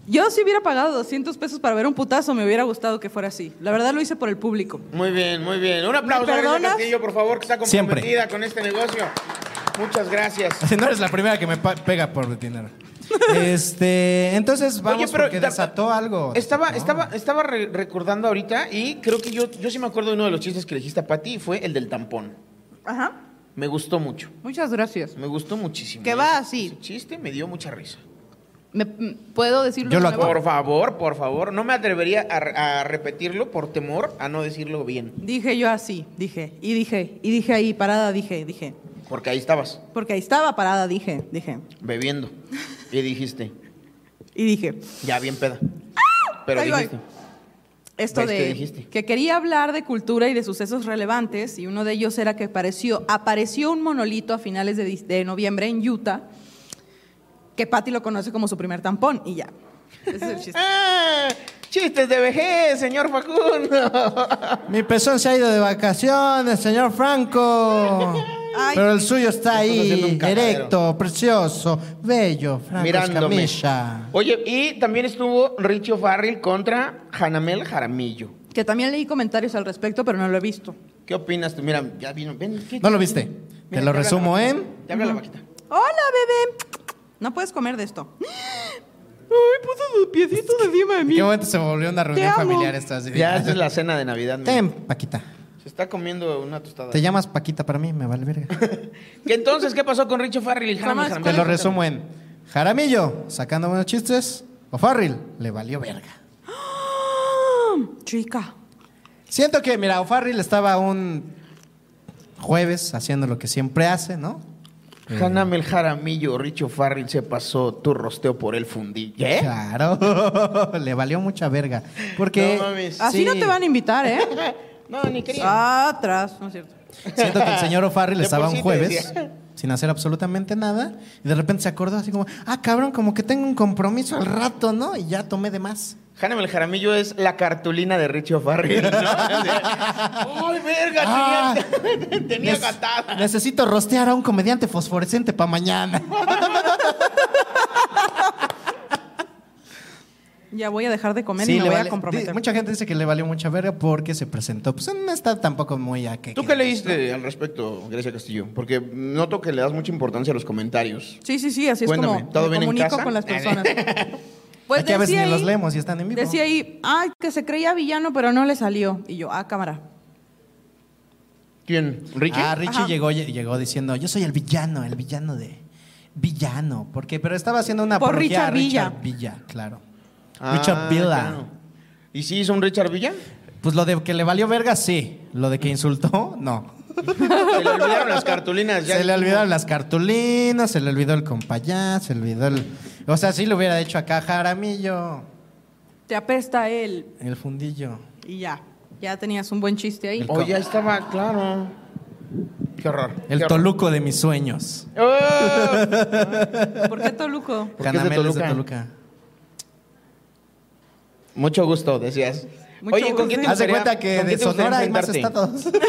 Yo si hubiera pagado 200 pesos para ver un putazo, me hubiera gustado que fuera así. La verdad lo hice por el público. Muy bien, muy bien. Un aplauso ¿Me a Grecia perdonas? Castillo, por favor, que está Siempre. comprometida con este negocio. Muchas gracias. Si no eres la primera que me pa- pega por dinero. Este, entonces vamos pero porque da- desató algo. Estaba, estaba, estaba re- recordando ahorita y creo que yo, yo sí me acuerdo de uno de los chistes que le dijiste a Pati y fue el del tampón. Ajá. Me gustó mucho. Muchas gracias. Me gustó muchísimo. Que va Ese- así. ese chiste me dio mucha risa. ¿Me, m- ¿Puedo decirlo? de nuevo? Por favor, por favor. No me atrevería a, re- a repetirlo por temor a no decirlo bien. Dije yo así, dije, y dije, y dije ahí, parada, dije, dije. Porque ahí estabas, Porque ahí estaba parada, dije, dije. bebiendo. Y dijiste, Y dije, ya bien peda. Pero Ahí voy. dijiste, esto ¿Ves qué de dijiste? que quería hablar de cultura y de sucesos relevantes, y uno de ellos era que apareció, apareció un monolito a finales de, dis- de noviembre en Utah, que Patty lo conoce como su primer tampón, y ya. Ese es el chiste. ¡Ah! ¡Chistes de vejez, señor Facundo! Mi pezón se ha ido de vacaciones, señor Franco. Ay. Pero el suyo está Estás haciendo ahí, un cagadero. erecto, precioso, bello, Franco Mirándome. Escamilla. Oye, y también estuvo Richie O'Farrill contra Hanamel Jaramillo. Que también leí comentarios al respecto, pero no lo he visto. ¿Qué opinas tú? Mira, ya vino. Ven, ¿qué- ¿No lo viste? Te lo habla la resumo, vaquita, ¿eh? Te habla la vaquita. Hola, bebé. No puedes comer de esto. Ay, puso sus piecitos encima de ¿En mí. qué momento se volvió una reunión amo. familiar esta? así? Ya esa es la cena de Navidad. mira. Ten, Paquita. Se está comiendo una tostada. Te llamas Paquita para mí, me vale verga. ¿Qué entonces qué pasó con Richie O'Farrill y Hanamel Te Jaramillo? lo resumo en Jaramillo, sacando buenos chistes, o Farril, le valió verga. Chica. Siento que, mira, O'Farrill estaba un jueves haciendo lo que siempre hace, ¿no? Hanamel Eh. Jaramillo, Richie O'Farrill se pasó tu rosteo por el fundillo. ¿Qué? Claro, le valió mucha verga. Porque No mames. Así sí, no te van a invitar, ¿eh? No, ni quería. Ah, atrás, no es cierto. Siento que el señor O'Farrill De estaba por sí un te jueves decía. sin hacer absolutamente nada y de repente se acordó así como, ah, cabrón, como que tengo un compromiso al rato, ¿no? Y ya tomé de más. Hanamel Jaramillo es la cartulina de Richie O'Farrill. ¿no? O sea, ¡Ay, verga! Ah. tenía, tenía Nec- gatada. Necesito rostear a un comediante fosforescente para mañana. Ya voy a dejar de comer Sí, y me le voy vale- a di- comprometer. Mucha gente dice que le valió mucha verga porque se presentó. Pues no está tampoco muy a que. ¿Tú qué leíste al respecto, Grecia Castillo? Porque noto que le das mucha importancia a los comentarios. Sí, sí, sí, así es Cuéntame, como ¿todo me bien en comunico casa? con las personas. Pues Aquí a veces decía ni los ahí, leemos y están en vivo. decía ahí, ay, que se creía villano, pero no le salió. Y yo, ah, cámara. ¿Quién? ¿Ricky? Ah, Richie llegó, lle- llegó diciendo, yo soy el villano, el villano de... Villano, porque pero estaba haciendo una Por apología a Richard Villa. Richard Villa, claro. Ah, Richard Villa. claro. ¿Y sí hizo un Richard Villa? Pues lo de que le valió verga, sí. Lo de que insultó, no. Se le olvidaron las cartulinas. ya. Se le olvidaron las cartulinas, se le olvidó el compayá, se le olvidó el... O sea, sí lo hubiera hecho acá Jaramillo, Te apesta él. el fundillo. Y ya. Ya tenías un buen chiste ahí. Oh, ya estaba, claro. Qué horror. El qué horror. Toluco de mis sueños. ¡Oh! ¿Por qué Toluco? qué es de Canameles de Toluca? Toluca. Mucho gusto, decías. Mucho Oye, ¿con quién te gusto. Haz de gustaría- cuenta que con de quién te gustaría Sonora hay más enfrentarte? estados.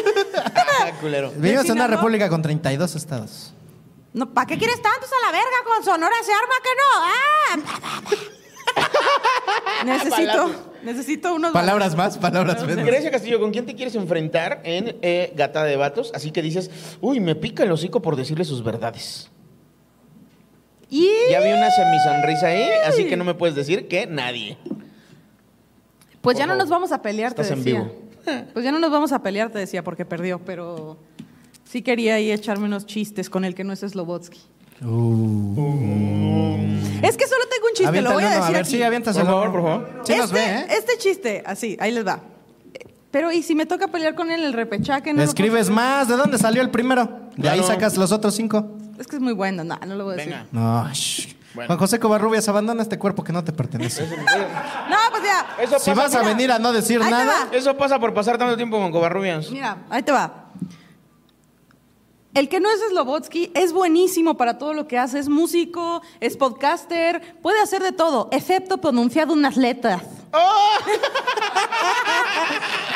Ah, culero. Vivimos en una Sinaloa? república con 32 estados. No, ¿Para qué quieres tantos a la verga con Sonora? ¿Se arma que no? ¡Ah! necesito, necesito unos... Palabras más, palabras menos. Grecia Castillo, ¿con quién te quieres enfrentar en eh, Gata de Vatos? Así que dices, uy, me pica el hocico por decirle sus verdades. Ya vi una semisonrisa ahí, así que no me puedes decir que nadie. Pues ya no nos vamos a pelear, te Estás en decía. vivo. Pues ya no nos vamos a pelear, te decía, porque perdió, pero sí quería ahí echarme unos chistes con el que no es Slobotsky. Es que solo tengo un chiste, Aviéntale lo voy a uno, Uh. a decir ver, aquí. sí, aviéntaselo. Por favor, por favor. Sí nos este, ve, ¿eh? este chiste, así, ahí les va. Pero, ¿y si me toca pelear con él el repechaje? No Le lo puedo escribes escribir? más. ¿De dónde salió el primero? De ahí Claro. sacas los otros cinco. Es que es muy bueno, no, no lo voy a decir. No, shh. Bueno. Juan José Covarrubias, abandona este cuerpo que no te pertenece. No, pues ya. Si vas a venir a no decir Ahí te nada. Eso pasa por pasar tanto tiempo con Covarrubias. Mira, ahí te va. El que no es Slobotsky es buenísimo para todo lo que hace. Es músico, es podcaster, puede hacer de todo, excepto pronunciar unas letras.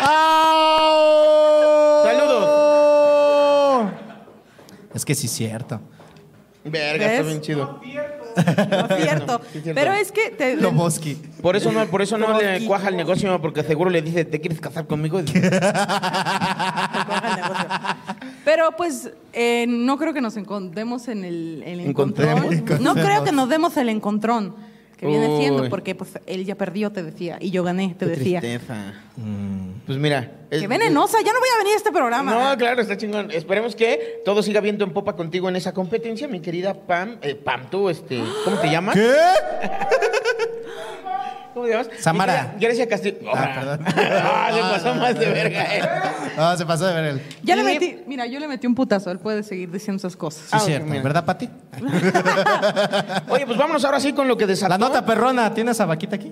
Oh. ¡Saludos! Es que sí es cierto. Verga, ¿Ves? está bien chido. No es cierto. Pero es que te- Loboski. Por eso no, por eso no le cuaja el negocio, porque seguro le dice, ¿te quieres casar conmigo? Y dice, Pero pues eh, no creo que nos encontremos en el, el encontrón. Encontremos. No Encontremos. creo que nos demos el encontrón que viene Uy. siendo, porque pues él ya perdió, te decía, y yo gané, te Qué decía. tristeza. Mm. Pues mira. Qué venenosa, ya no voy a venir a este programa. No, claro, está chingón. Esperemos que todo siga viendo en popa contigo en esa competencia, mi querida Pam. Eh, Pam, tú, este, ¿cómo te llamas? ¿Qué? ¿Cómo te llamas? Samara. Mi querida Grecia Castillo. Ah, perdón. Ah, se pasó más de verga, eh. No, se pasó de ver él. Ya le metí, mira, yo le metí un putazo, él puede seguir diciendo esas cosas. Sí, es cierto. ¿Verdad, Pati? Oye, pues vámonos ahora sí con lo que desató. La nota perrona, ¿tienes a Vaquita aquí?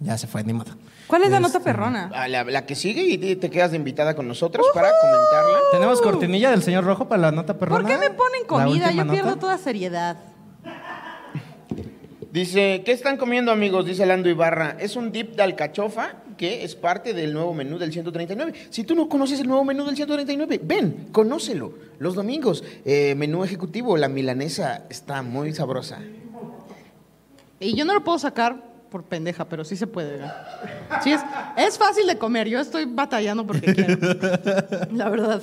Ya se fue, ni modo. ¿Cuál es la nota perrona? A Ah, La, la que sigue y te te quedas de invitada con nosotros para comentarla. ¿Tenemos cortinilla del señor Rojo para la nota perrona? Uh. ¿Por qué me ponen ¿La comida? última Yo pierdo nota? toda seriedad. Dice, ¿qué están comiendo amigos? Dice Lando Ibarra. Es un dip de alcachofa que es parte del nuevo menú del 139. Si tú no conoces el nuevo menú del 139, ven, conócelo. Los domingos, eh, menú ejecutivo, la milanesa está muy sabrosa. Y yo no lo puedo sacar por pendeja, pero sí se puede. ¿verdad? Sí, es, es fácil de comer. Yo estoy batallando porque quiero. La verdad.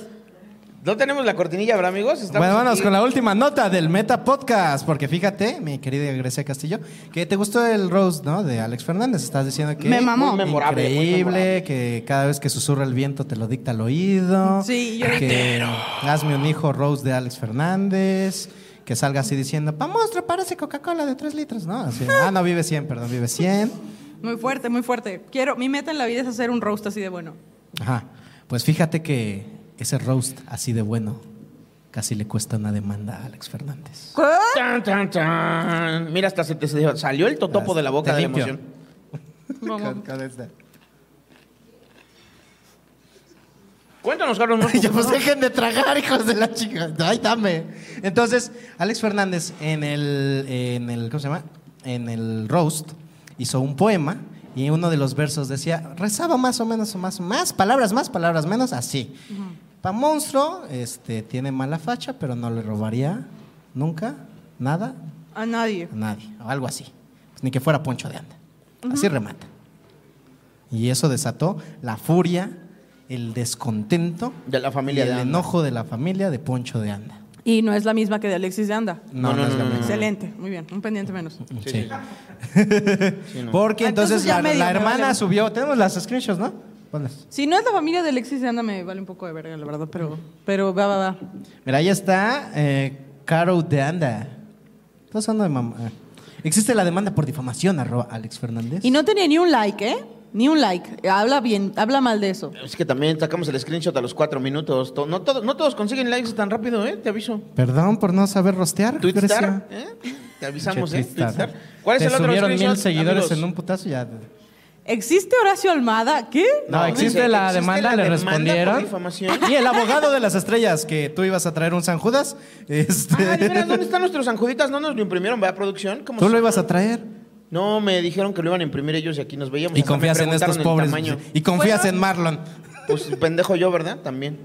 No tenemos la cortinilla, ¿verdad amigos? Estamos Bueno, vámonos aquí. con la última nota del Meta Podcast, porque fíjate, mi querida Grecia Castillo, que te gustó el roast, ¿no? De Alex Fernández. Estás diciendo que Me mamó. Muy memorable, muy increíble, que cada vez que susurra el viento te lo dicta al oído. Sí, yo- que hazme un hijo roast de Alex Fernández, que salga así diciendo, pa monstruo, parece Coca-Cola de 3 litros, ¿no? Así, ah, no, vive 100, perdón, vive 100. Muy fuerte, muy fuerte. Quiero, mi meta en la vida es hacer un roast así de bueno. Ajá. Pues fíjate que ese roast así de bueno casi le cuesta una demanda a Alex Fernández. Tan, tan, tan. Mira, hasta se te se- salió el totopo de la boca Te de la limpio. emoción. Con- con esta. Cuéntanos, Carlos. ¿no? ya pues dejen de tragar, hijos de la chica. Ay, dame. Entonces, Alex Fernández en el, en el, ¿cómo se llama? En el roast hizo un poema y uno de los versos decía, rezaba más o menos, más, más, palabras más, palabras menos, así. Pa monstruo, este, tiene mala facha, pero no le robaría nunca nada A nadie. a nadie, o algo así. Pues ni que fuera Poncho de Anda. Así remata. Y eso desató la furia, el descontento De la y familia el de Anda. enojo de la familia de Poncho de Anda. Y no es la misma que de Alexis de Anda. No, no, no es la misma. Excelente, muy bien. Un pendiente menos. Sí. Porque Ah, entonces, entonces ya la, medio la me hermana valió. subió. Tenemos las screenshots, ¿no? Ponlas. Si no es la familia de Alexis de Anda, me vale un poco de verga, la verdad, pero, pero va, va, va. Mira, ahí está eh, Caro de Anda. Estás hablando de mamá. Ah. Existe la demanda por difamación, arroba Alex Fernández. Y no tenía ni un like, ¿eh? Ni un like. Habla bien, habla mal de eso. Es que también sacamos el screenshot a los cuatro minutos. To- No, todos- no todos consiguen likes tan rápido, ¿eh? Te aviso. Perdón por no saber rostear. Grecia. Twitstar, ¿eh? Te avisamos, ¿eh? Chetistar. Twitstar. ¿Cuál es Te el otro subieron mil screenshot, seguidores amigos? en un putazo ya. ¿Existe Horacio Almada? ¿Qué? No, existe dice, la ¿existe la demanda, le demanda por respondieron. difamación? Y el abogado de las estrellas que tú ibas a traer un San Judas, este, Ah, de veras, ¿dónde están nuestros anjuditas? No nos lo imprimieron, ¿verdad, producción? ¿Cómo tú se- lo ibas a traer. No, me dijeron que lo iban a imprimir ellos y aquí nos veíamos. Y Hasta me confías en preguntaron estos el pobres. tamaño. Y confías en Marlon. Pues pendejo yo, ¿verdad? También.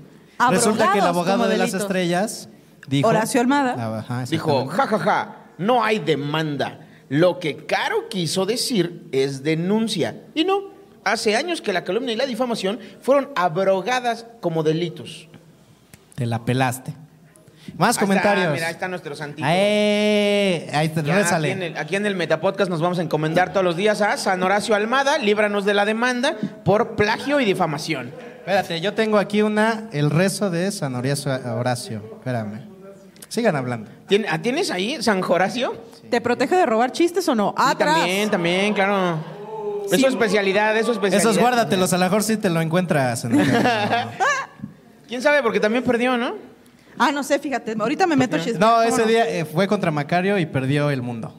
Resulta que el Abrogados abogado como de las delito. estrellas dijo. Horacio Almada. Ah, ajá, Dijo, exactamente. ja, ja, ja, no hay demanda. Lo que Caro quiso decir es denuncia. Y no, hace años que la calumnia y la difamación fueron abrogadas como delitos. Te la pelaste. Más Ahí comentarios. Está, Ah, mira, ahí están nuestros santitos. ¡Eh! Ahí te Ya, rézale. Ah, Aquí en, el, aquí en el Metapodcast nos vamos a encomendar todos los días a San Horacio Almada, líbranos de la demanda por plagio y difamación. Espérate, yo tengo aquí una, el rezo de San Horacio. Horacio. Espérame. Sigan hablando. ¿Tien- ah, ¿Tienes ahí San Horacio? ¿Te protege de robar chistes o no? Sí, Atrás. también, también, claro. Es su especialidad, es su especialidad. Esos guárdatelos, a lo mejor sí te lo encuentras. en el- ¿Quién sabe? Porque también perdió, ¿no? Ah, no sé, fíjate. Ahorita me meto chistes. No, ese día eh, fue contra Macario y perdió el mundo.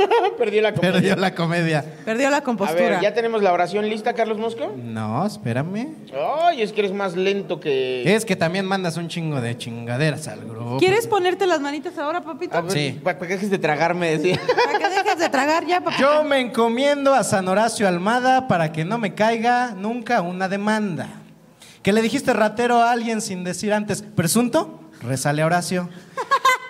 Ah, perdió la comedia. Perdió la comedia. Perdió la A compostura. ver, ¿ya tenemos la oración lista, Carlos Mosco? No, espérame. Ay, es que eres más lento que... Es que también mandas un chingo de chingaderas al grupo. ¿Quieres ponerte las manitas ahora, papito? A ver, Sí. Para que dejes de tragarme, decía. Para que dejes de tragar ya, papito. Yo me encomiendo a San Horacio Almada para que no me caiga nunca una demanda. Que le dijiste ratero a alguien sin decir antes presunto, resale a Horacio.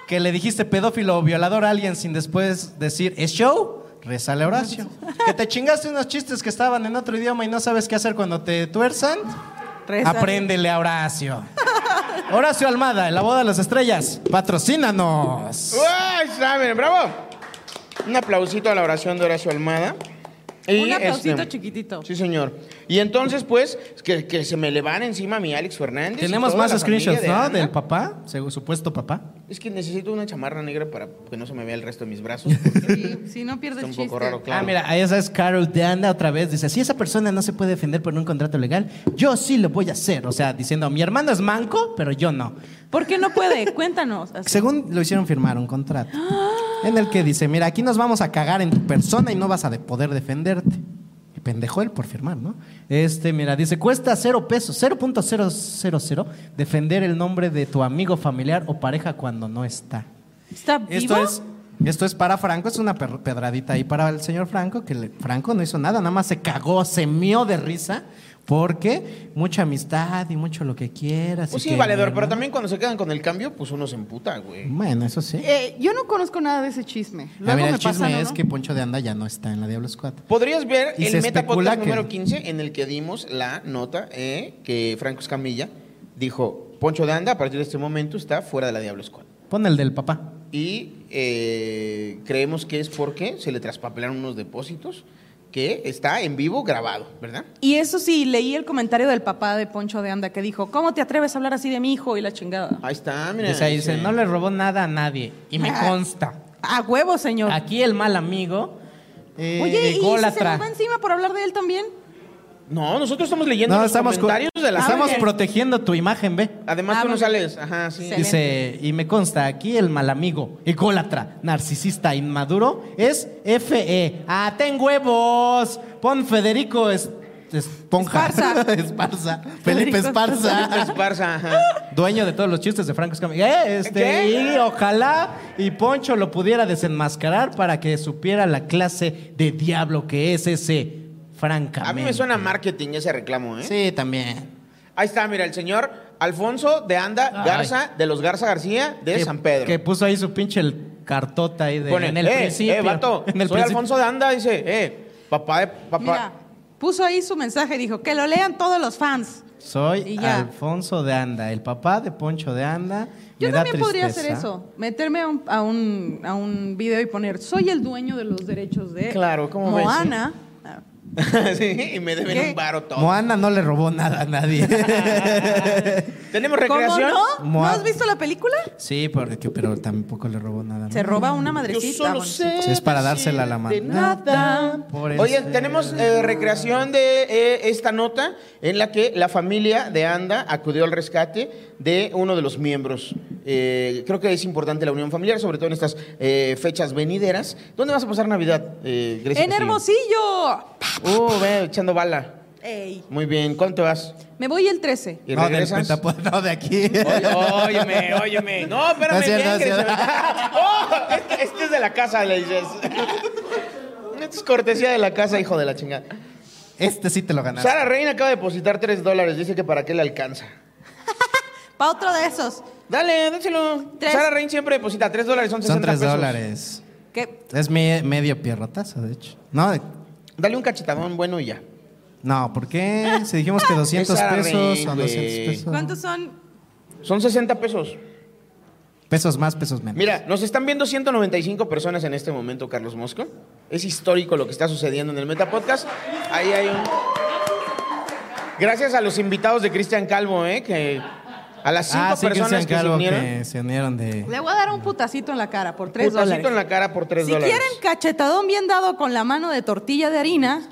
Que le dijiste pedófilo o violador a alguien sin después decir es show, resale a Horacio. Que te chingaste unos chistes que estaban en otro idioma y no sabes qué hacer cuando te tuerzan, Rézale. apréndele a Horacio. Horacio Almada, en la boda de las estrellas, patrocínanos. ¡Ay, saben! ¡Bravo! Un aplausito a la oración de Horacio Almada. Y, Un aplausito este, chiquitito. Sí, señor. Y entonces, pues, que, que se me le van encima mi Alex Fernández. y Tenemos toda más la familia screenshots, de ¿no? Ana. Del papá, segu- supuesto papá. Es que necesito una chamarra negra para que no se me vea el resto de mis brazos. Si no pierdes Está un chiste. poco raro, claro. Ah, mira, ahí esa es Carol Danda otra vez. Dice, si esa persona no se puede defender por un contrato legal, yo sí lo voy a hacer. O sea, diciendo, mi hermano es manco, pero yo no. ¿Por qué no puede? Cuéntanos. Así. Según lo hicieron firmar un contrato. En el que dice, mira, aquí nos vamos a cagar en tu persona y no vas a de- poder defenderte. Y pendejo él por firmar, ¿no? Este, mira, dice, cuesta cero pesos, 0.000 defender el nombre de tu amigo, familiar o pareja cuando no está. ¿Está vivo? Esto es, esto es para Franco, es una per- pedradita ahí para el señor Franco, que le- Franco no hizo nada, nada más se cagó, se mió de risa, porque mucha amistad y mucho lo que quieras. Pues y sí, que- valedor, pero también cuando se quedan con el cambio, pues uno se emputa, güey. Bueno, eso sí. Eh, yo no conozco nada de ese chisme. a Luego ver, me el chisme pasan, ¿o es no? que Poncho de Anda ya no está en la Diablo Squad. Podrías ver Y se el especula Metapodcast que- número 15 en el que dimos la nota eh, que Franco Escamilla dijo, Poncho de Anda a partir de este momento está fuera de la Diablo Squad. Pon el del papá. Y eh, creemos que es porque se le traspapelaron unos depósitos que está en vivo grabado, ¿verdad? Y eso sí, leí el comentario del papá de Poncho de Anda que dijo, ¿cómo te atreves a hablar así de mi hijo y la chingada? Ahí está, mira. Ah. Dice ahí, dice, no le robó nada a nadie, y me consta. A huevo, señor. Aquí el mal amigo, eh, Oye, ¿y ese se ególatra. nos va encima por hablar de él también? No, nosotros estamos leyendo No, los estamos, Ah, cu- comentarios de la estamos gente. protegiendo tu imagen, ve. Además, Ah, tú no bueno. sales. Ajá, sí. Dice, y me consta, aquí el mal amigo, ególatra, narcisista, inmaduro, es FE. ¡Ah, ten huevos! Pon Federico Es- Esponja. Esparza. Esparza. Federico Felipe Felipe Esparza. Esparza, ajá. Dueño de todos los chistes de Franco Escamilla. Eh, este, ¿Qué? y ojalá y Poncho lo pudiera desenmascarar para que supiera la clase de diablo que es ese, francamente. A mí me suena a marketing ese reclamo, ¿eh? Sí, también. Ahí está, mira, el señor Alfonso de Anda Ay. Garza, de los Garza García, de Que- San Pedro. Que puso ahí su pinche el cartota ahí de, Pone, en el eh, principio. eh, vato, en el soy principio. Alfonso de Anda, dice, eh, papá de papá. Mira, puso ahí su mensaje y dijo, que lo lean todos los fans. Soy Y ya. Alfonso de Anda, el papá de Poncho de Anda. Yo Me da también podría hacer tristeza. eso, meterme a un, a, un, a un video y poner, soy el dueño de los derechos de Claro, ¿cómo ves? Moana. Ah, sí, y me deben ¿Qué? un baro todo. Moana no le robó nada a nadie. ¿Tenemos ¿Cómo recreación? no? ¿No Moana. has visto la película? sí, porque, pero tampoco le robó nada. a Se nadie. roba una Yo madrecita. solo bueno. sé Sí, es para dársela a la decirte mano. Nada. Por eso. Oye, tenemos eh, recreación de eh, esta nota en la que la familia de Anda acudió al rescate de uno de los miembros. Eh, creo que es importante la unión familiar, sobre todo en estas eh, fechas venideras. ¿Dónde vas a pasar Navidad, eh, Grecia? ¡En Castillo? Hermosillo! Uh, ve, echando bala. Ey, Muy bien, ¿cuándo te vas? Me voy el 13. ¿Y No, del regresas? pentapo- no, de aquí. Oye, Óyeme, óyeme. No, espérame No es cierto, bien, no es Grecia. cierto. Oh, este, este es de la casa, le dices. Esto es cortesía de la casa, hijo de la chingada. Este sí te lo ganaste. Sara Reina acaba de depositar 3 dólares. Dice que para qué le alcanza. Para otro de esos. Dale, dáselo. Tres. Sara Reina siempre deposita 3 dólares, son 60 Son tres pesos. dólares. ¿Qué? Es mi- medio pierrotazo, de hecho. No, Dale un cachetadón bueno y ya. no, ¿por qué? Si dijimos que 200 Sara pesos Reina, son güey. 200 pesos. ¿Cuántos son? Son 60 pesos. Pesos más, pesos menos. Mira, nos están viendo 195 personas en este momento, Carlos Mosco. Es histórico lo que está sucediendo en el Meta Podcast. Ahí hay un. Gracias a los invitados de Cristian Calvo, ¿eh? Que a las cinco ah, sí, personas Cristian que se Calvo unieron. que se unieron de... Le voy a dar un putacito en la cara por tres Putacito dólares. en la cara por tres Si dólares. quieren cachetadón bien dado con la mano de tortilla de harina.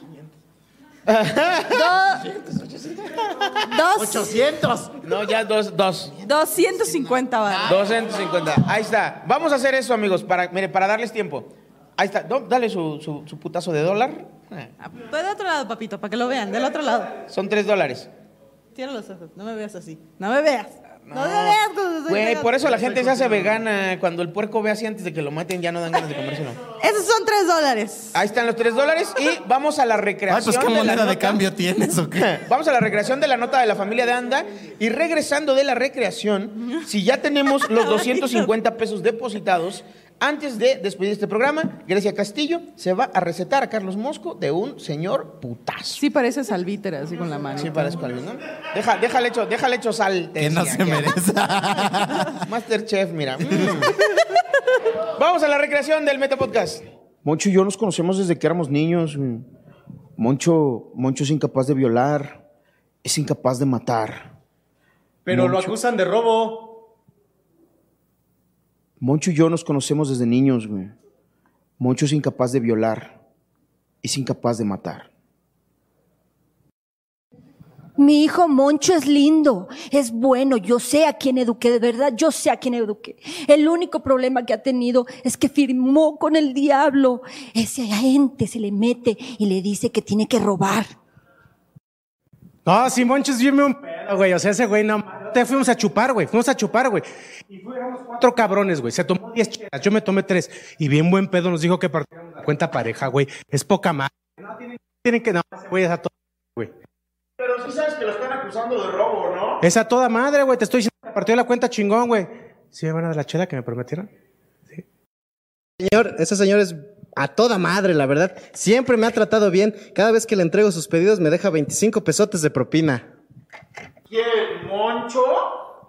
do- dos, 800. No, ya dos, dos. 250 varos. 250. Ahí está. Vamos a hacer eso, amigos, para, mire, para darles tiempo. Ahí está. No, dale su, su- su putazo de dólar. Pues de otro lado, papito, para que lo vean. Del otro lado. Son tres dólares. Cierra los ojos. No me veas así. No me veas. No, me veas. cuando estoy Güey, pegado. por eso la gente se hace vegana. Cuando el puerco ve así antes de que lo maten, ya no dan ganas de comérselo. Esos son tres dólares. Ahí están los tres dólares y vamos a la recreación. Ay, pues qué de la moneda de nota. cambio tienes o qué. Vamos a la recreación de la nota de la familia de Anda. Y regresando de la recreación, si ya tenemos los 250 pesos depositados, antes de despedir este programa, Grecia Castillo se va a recetar a Carlos Mosco de un señor putazo. Sí parece salvítera, así con la mano. Sí, parezco alguien, ¿no? Deja, déjale hecho, déjale hecho sal. te Que no decía, se ya. merece. Masterchef, mira. Mm. Vamos a la recreación del Meta Podcast. Moncho y yo nos conocemos desde que éramos niños. mm. Moncho, Moncho es incapaz de violar, es incapaz de matar. Pero lo Moncho. acusan de robo. Moncho y yo nos conocemos desde niños, güey. Moncho es incapaz de violar, es incapaz de matar. Mi hijo Moncho es lindo, es bueno, yo sé a quién eduqué, de verdad, yo sé a quién eduqué. El único problema que ha tenido es que firmó con el diablo. Ese agente se le mete y le dice que tiene que robar. No, si Moncho es bien un pedo, güey. O sea, ese güey no mames. Te fuimos a chupar, güey. Fuimos a chupar, güey. Y fuéramos cuatro cabrones, güey. Se tomó diez chelas, yo me tomé tres. Y bien buen pedo nos dijo que partiéramos la cuenta pareja, güey. Es poca más. No tienen, tienen que, no, güey, es a toda güey. Pero sí sabes que lo están acusando de robo, ¿no? Es a toda madre, güey. Te estoy diciendo que partió la cuenta chingón, güey. ¿Sí me van a dar la chela que me prometieron? Señor, ese señor es a toda madre, la verdad. Siempre me ha tratado bien. Cada vez que le entrego sus pedidos me deja 25 pesotes de propina. ¿Quién? ¿Moncho?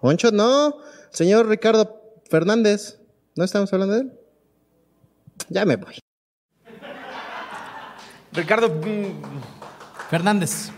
Moncho, no. Señor Ricardo Fernández. ¿No estamos hablando de él? Ya me voy. Ricardo. mm, Fernández.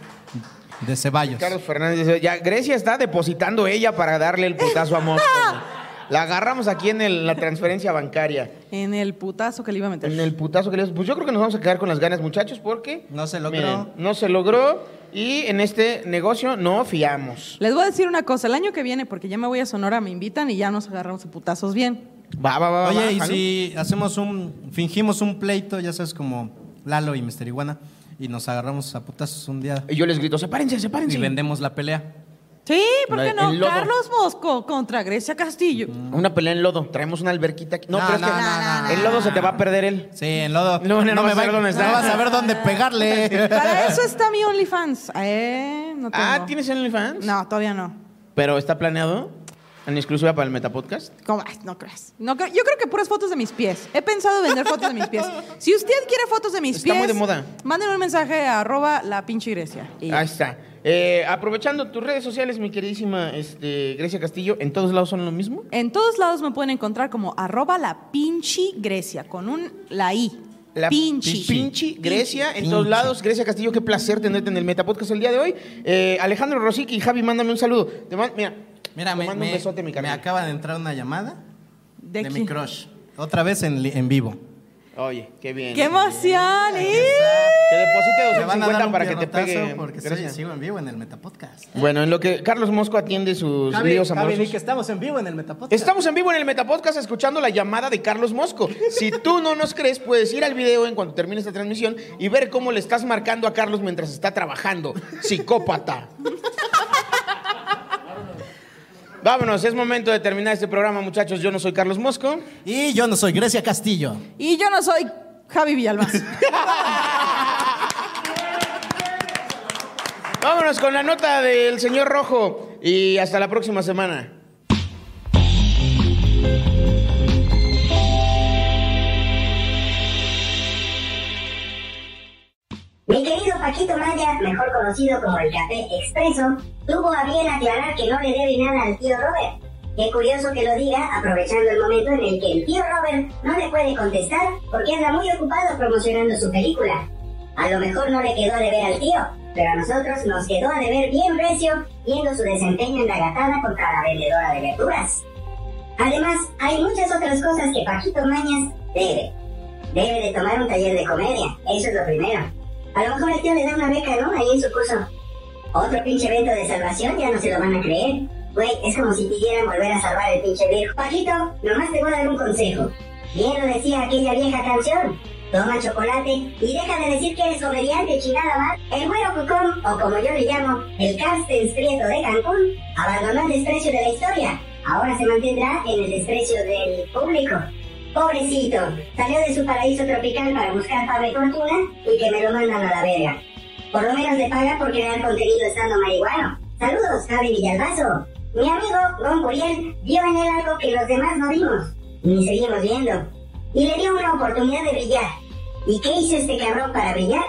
De Ceballos. Carlos Fernández. Ya Grecia está depositando ella para darle el putazo a Mosco. güey. La agarramos aquí en el- la transferencia bancaria. En el putazo que le iba a meter. En el putazo que le Pues yo creo que nos vamos a quedar con las ganas, muchachos, porque. No se logró. no se logró. Y en este negocio no fiamos. Les voy a decir una cosa, el año que viene, porque ya me voy a Sonora, me invitan y ya nos agarramos a putazos bien. Va, va, va. va, Oye, y jalo. si hacemos un. fingimos un pleito, ya sabes, como Lalo y Mister Iguana, y nos agarramos a putazos un día. Y yo les grito, sepárense, sepárense. Y vendemos la pelea. Sí, ¿por La- qué no? el lodo. Carlos Mosco contra Grecia Castillo. Una pelea en lodo. Traemos una alberquita aquí. No, No, pero es no, que no, no, el lodo se te va a perder él. Sí, en lodo. No, no, no, vas a me saber dónde está. no vas a ver dónde pegarle. Para eso está mi OnlyFans. Eh, no tengo. Ah, ¿tienes OnlyFans? No, todavía no. Pero está planeado en exclusiva para el Metapodcast. ¿Cómo? Ay, No creas. No creo- Yo creo que puras fotos de mis pies. He pensado vender fotos de mis pies. Si usted quiere fotos de mis Está pies, muy de moda. mándenme un mensaje a arroba la pinche Grecia. Y- Ahí está. Eh, aprovechando tus redes sociales, mi queridísima este, Grecia Castillo, ¿en todos lados son lo mismo? En todos lados me pueden encontrar como arroba la pinche Grecia, con un la I. La pinche. Pinchi, Grecia, en todos lados. Grecia Castillo, qué placer tenerte en el Metapodcast el día de hoy. Eh, Alejandro Rosique y Javi, mándame un saludo. Te man- mira, Mira, te me, mando me- un besote, mi me carnal. acaba de entrar una llamada de, mi crush. Otra vez en, li- en vivo. Oye, qué bien. ¡Qué emoción! Que deposite Me van a dar 250 un para que te pierrotazo pegue. Porque soy- Grecia. sigo en vivo en el Metapodcast. Bueno, en lo que Carlos Mosco atiende sus Javi, líos Javi, amorosos. di que estamos en vivo en el Metapodcast. Estamos en vivo en el Metapodcast escuchando la llamada de Carlos Mosco. Si tú no nos crees, puedes ir al video en cuanto termine esta transmisión y ver cómo le estás marcando a Carlos mientras está trabajando. Psicópata. Vámonos, es momento de terminar este programa, muchachos. Yo no soy Carlos Mosco. Y yo no soy Grecia Castillo. Y yo no soy Javi Villalbazo. Vámonos con la nota del señor Rojo y hasta la próxima semana. Mi querido Paquito Maya, mejor conocido como el Café Expreso, tuvo a bien aclarar que no le debe nada al tío Robert Qué curioso que lo diga, aprovechando el momento en el que el tío Robert no le puede contestar porque anda muy ocupado promocionando su película. A lo mejor no le quedó a deber al tío, pero a nosotros nos quedó a deber bien recio viendo su desempeño en la gatada contra la vendedora de verduras. Además, hay muchas otras cosas que Paquito Mañas debe. Debe de tomar un taller de comedia, eso es lo primero. A lo mejor el tío le da una beca, ¿no? Ahí en su curso. Otro pinche evento de salvación, ya no se lo van a creer. Güey, es como si quisieran volver a salvar el pinche viejo. Paquito, nomás te voy a dar un consejo. Bien lo decía aquella vieja canción. Toma chocolate y deja de decir que eres comediante, chingada más. El güero Cucón, o como yo le llamo, el Carstens Prieto de Cancún, abandonó el desprecio de la historia. Ahora se mantendrá en el desprecio del público. Pobrecito, salió de su paraíso tropical para buscar fama y fortuna y que me lo mandan a la verga. Por lo menos le paga por crear contenido estando marihuano. Saludos, Javi Villalbazo. Mi amigo Don Curiel vio en él algo que los demás no vimos, ni seguimos viendo, y le dio una oportunidad de brillar. ¿Y qué hizo este cabrón para brillar?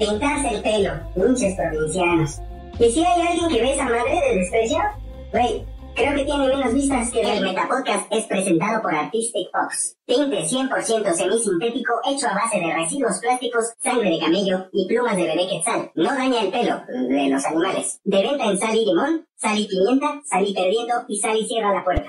Pintarse el pelo, pinches provincianos. ¿Y si hay alguien que ve esa madre de desprecio? Güey, creo que tiene menos vistas que el Metapodcast es presentado por Artistic Fox. Tinte 100% semisintético hecho a base de residuos plásticos, sangre de camello y plumas de bebé quetzal. No daña el pelo de los animales. De venta en sal y limón, sal y pimienta, sal y perdiendo y sal y cierra la puerta.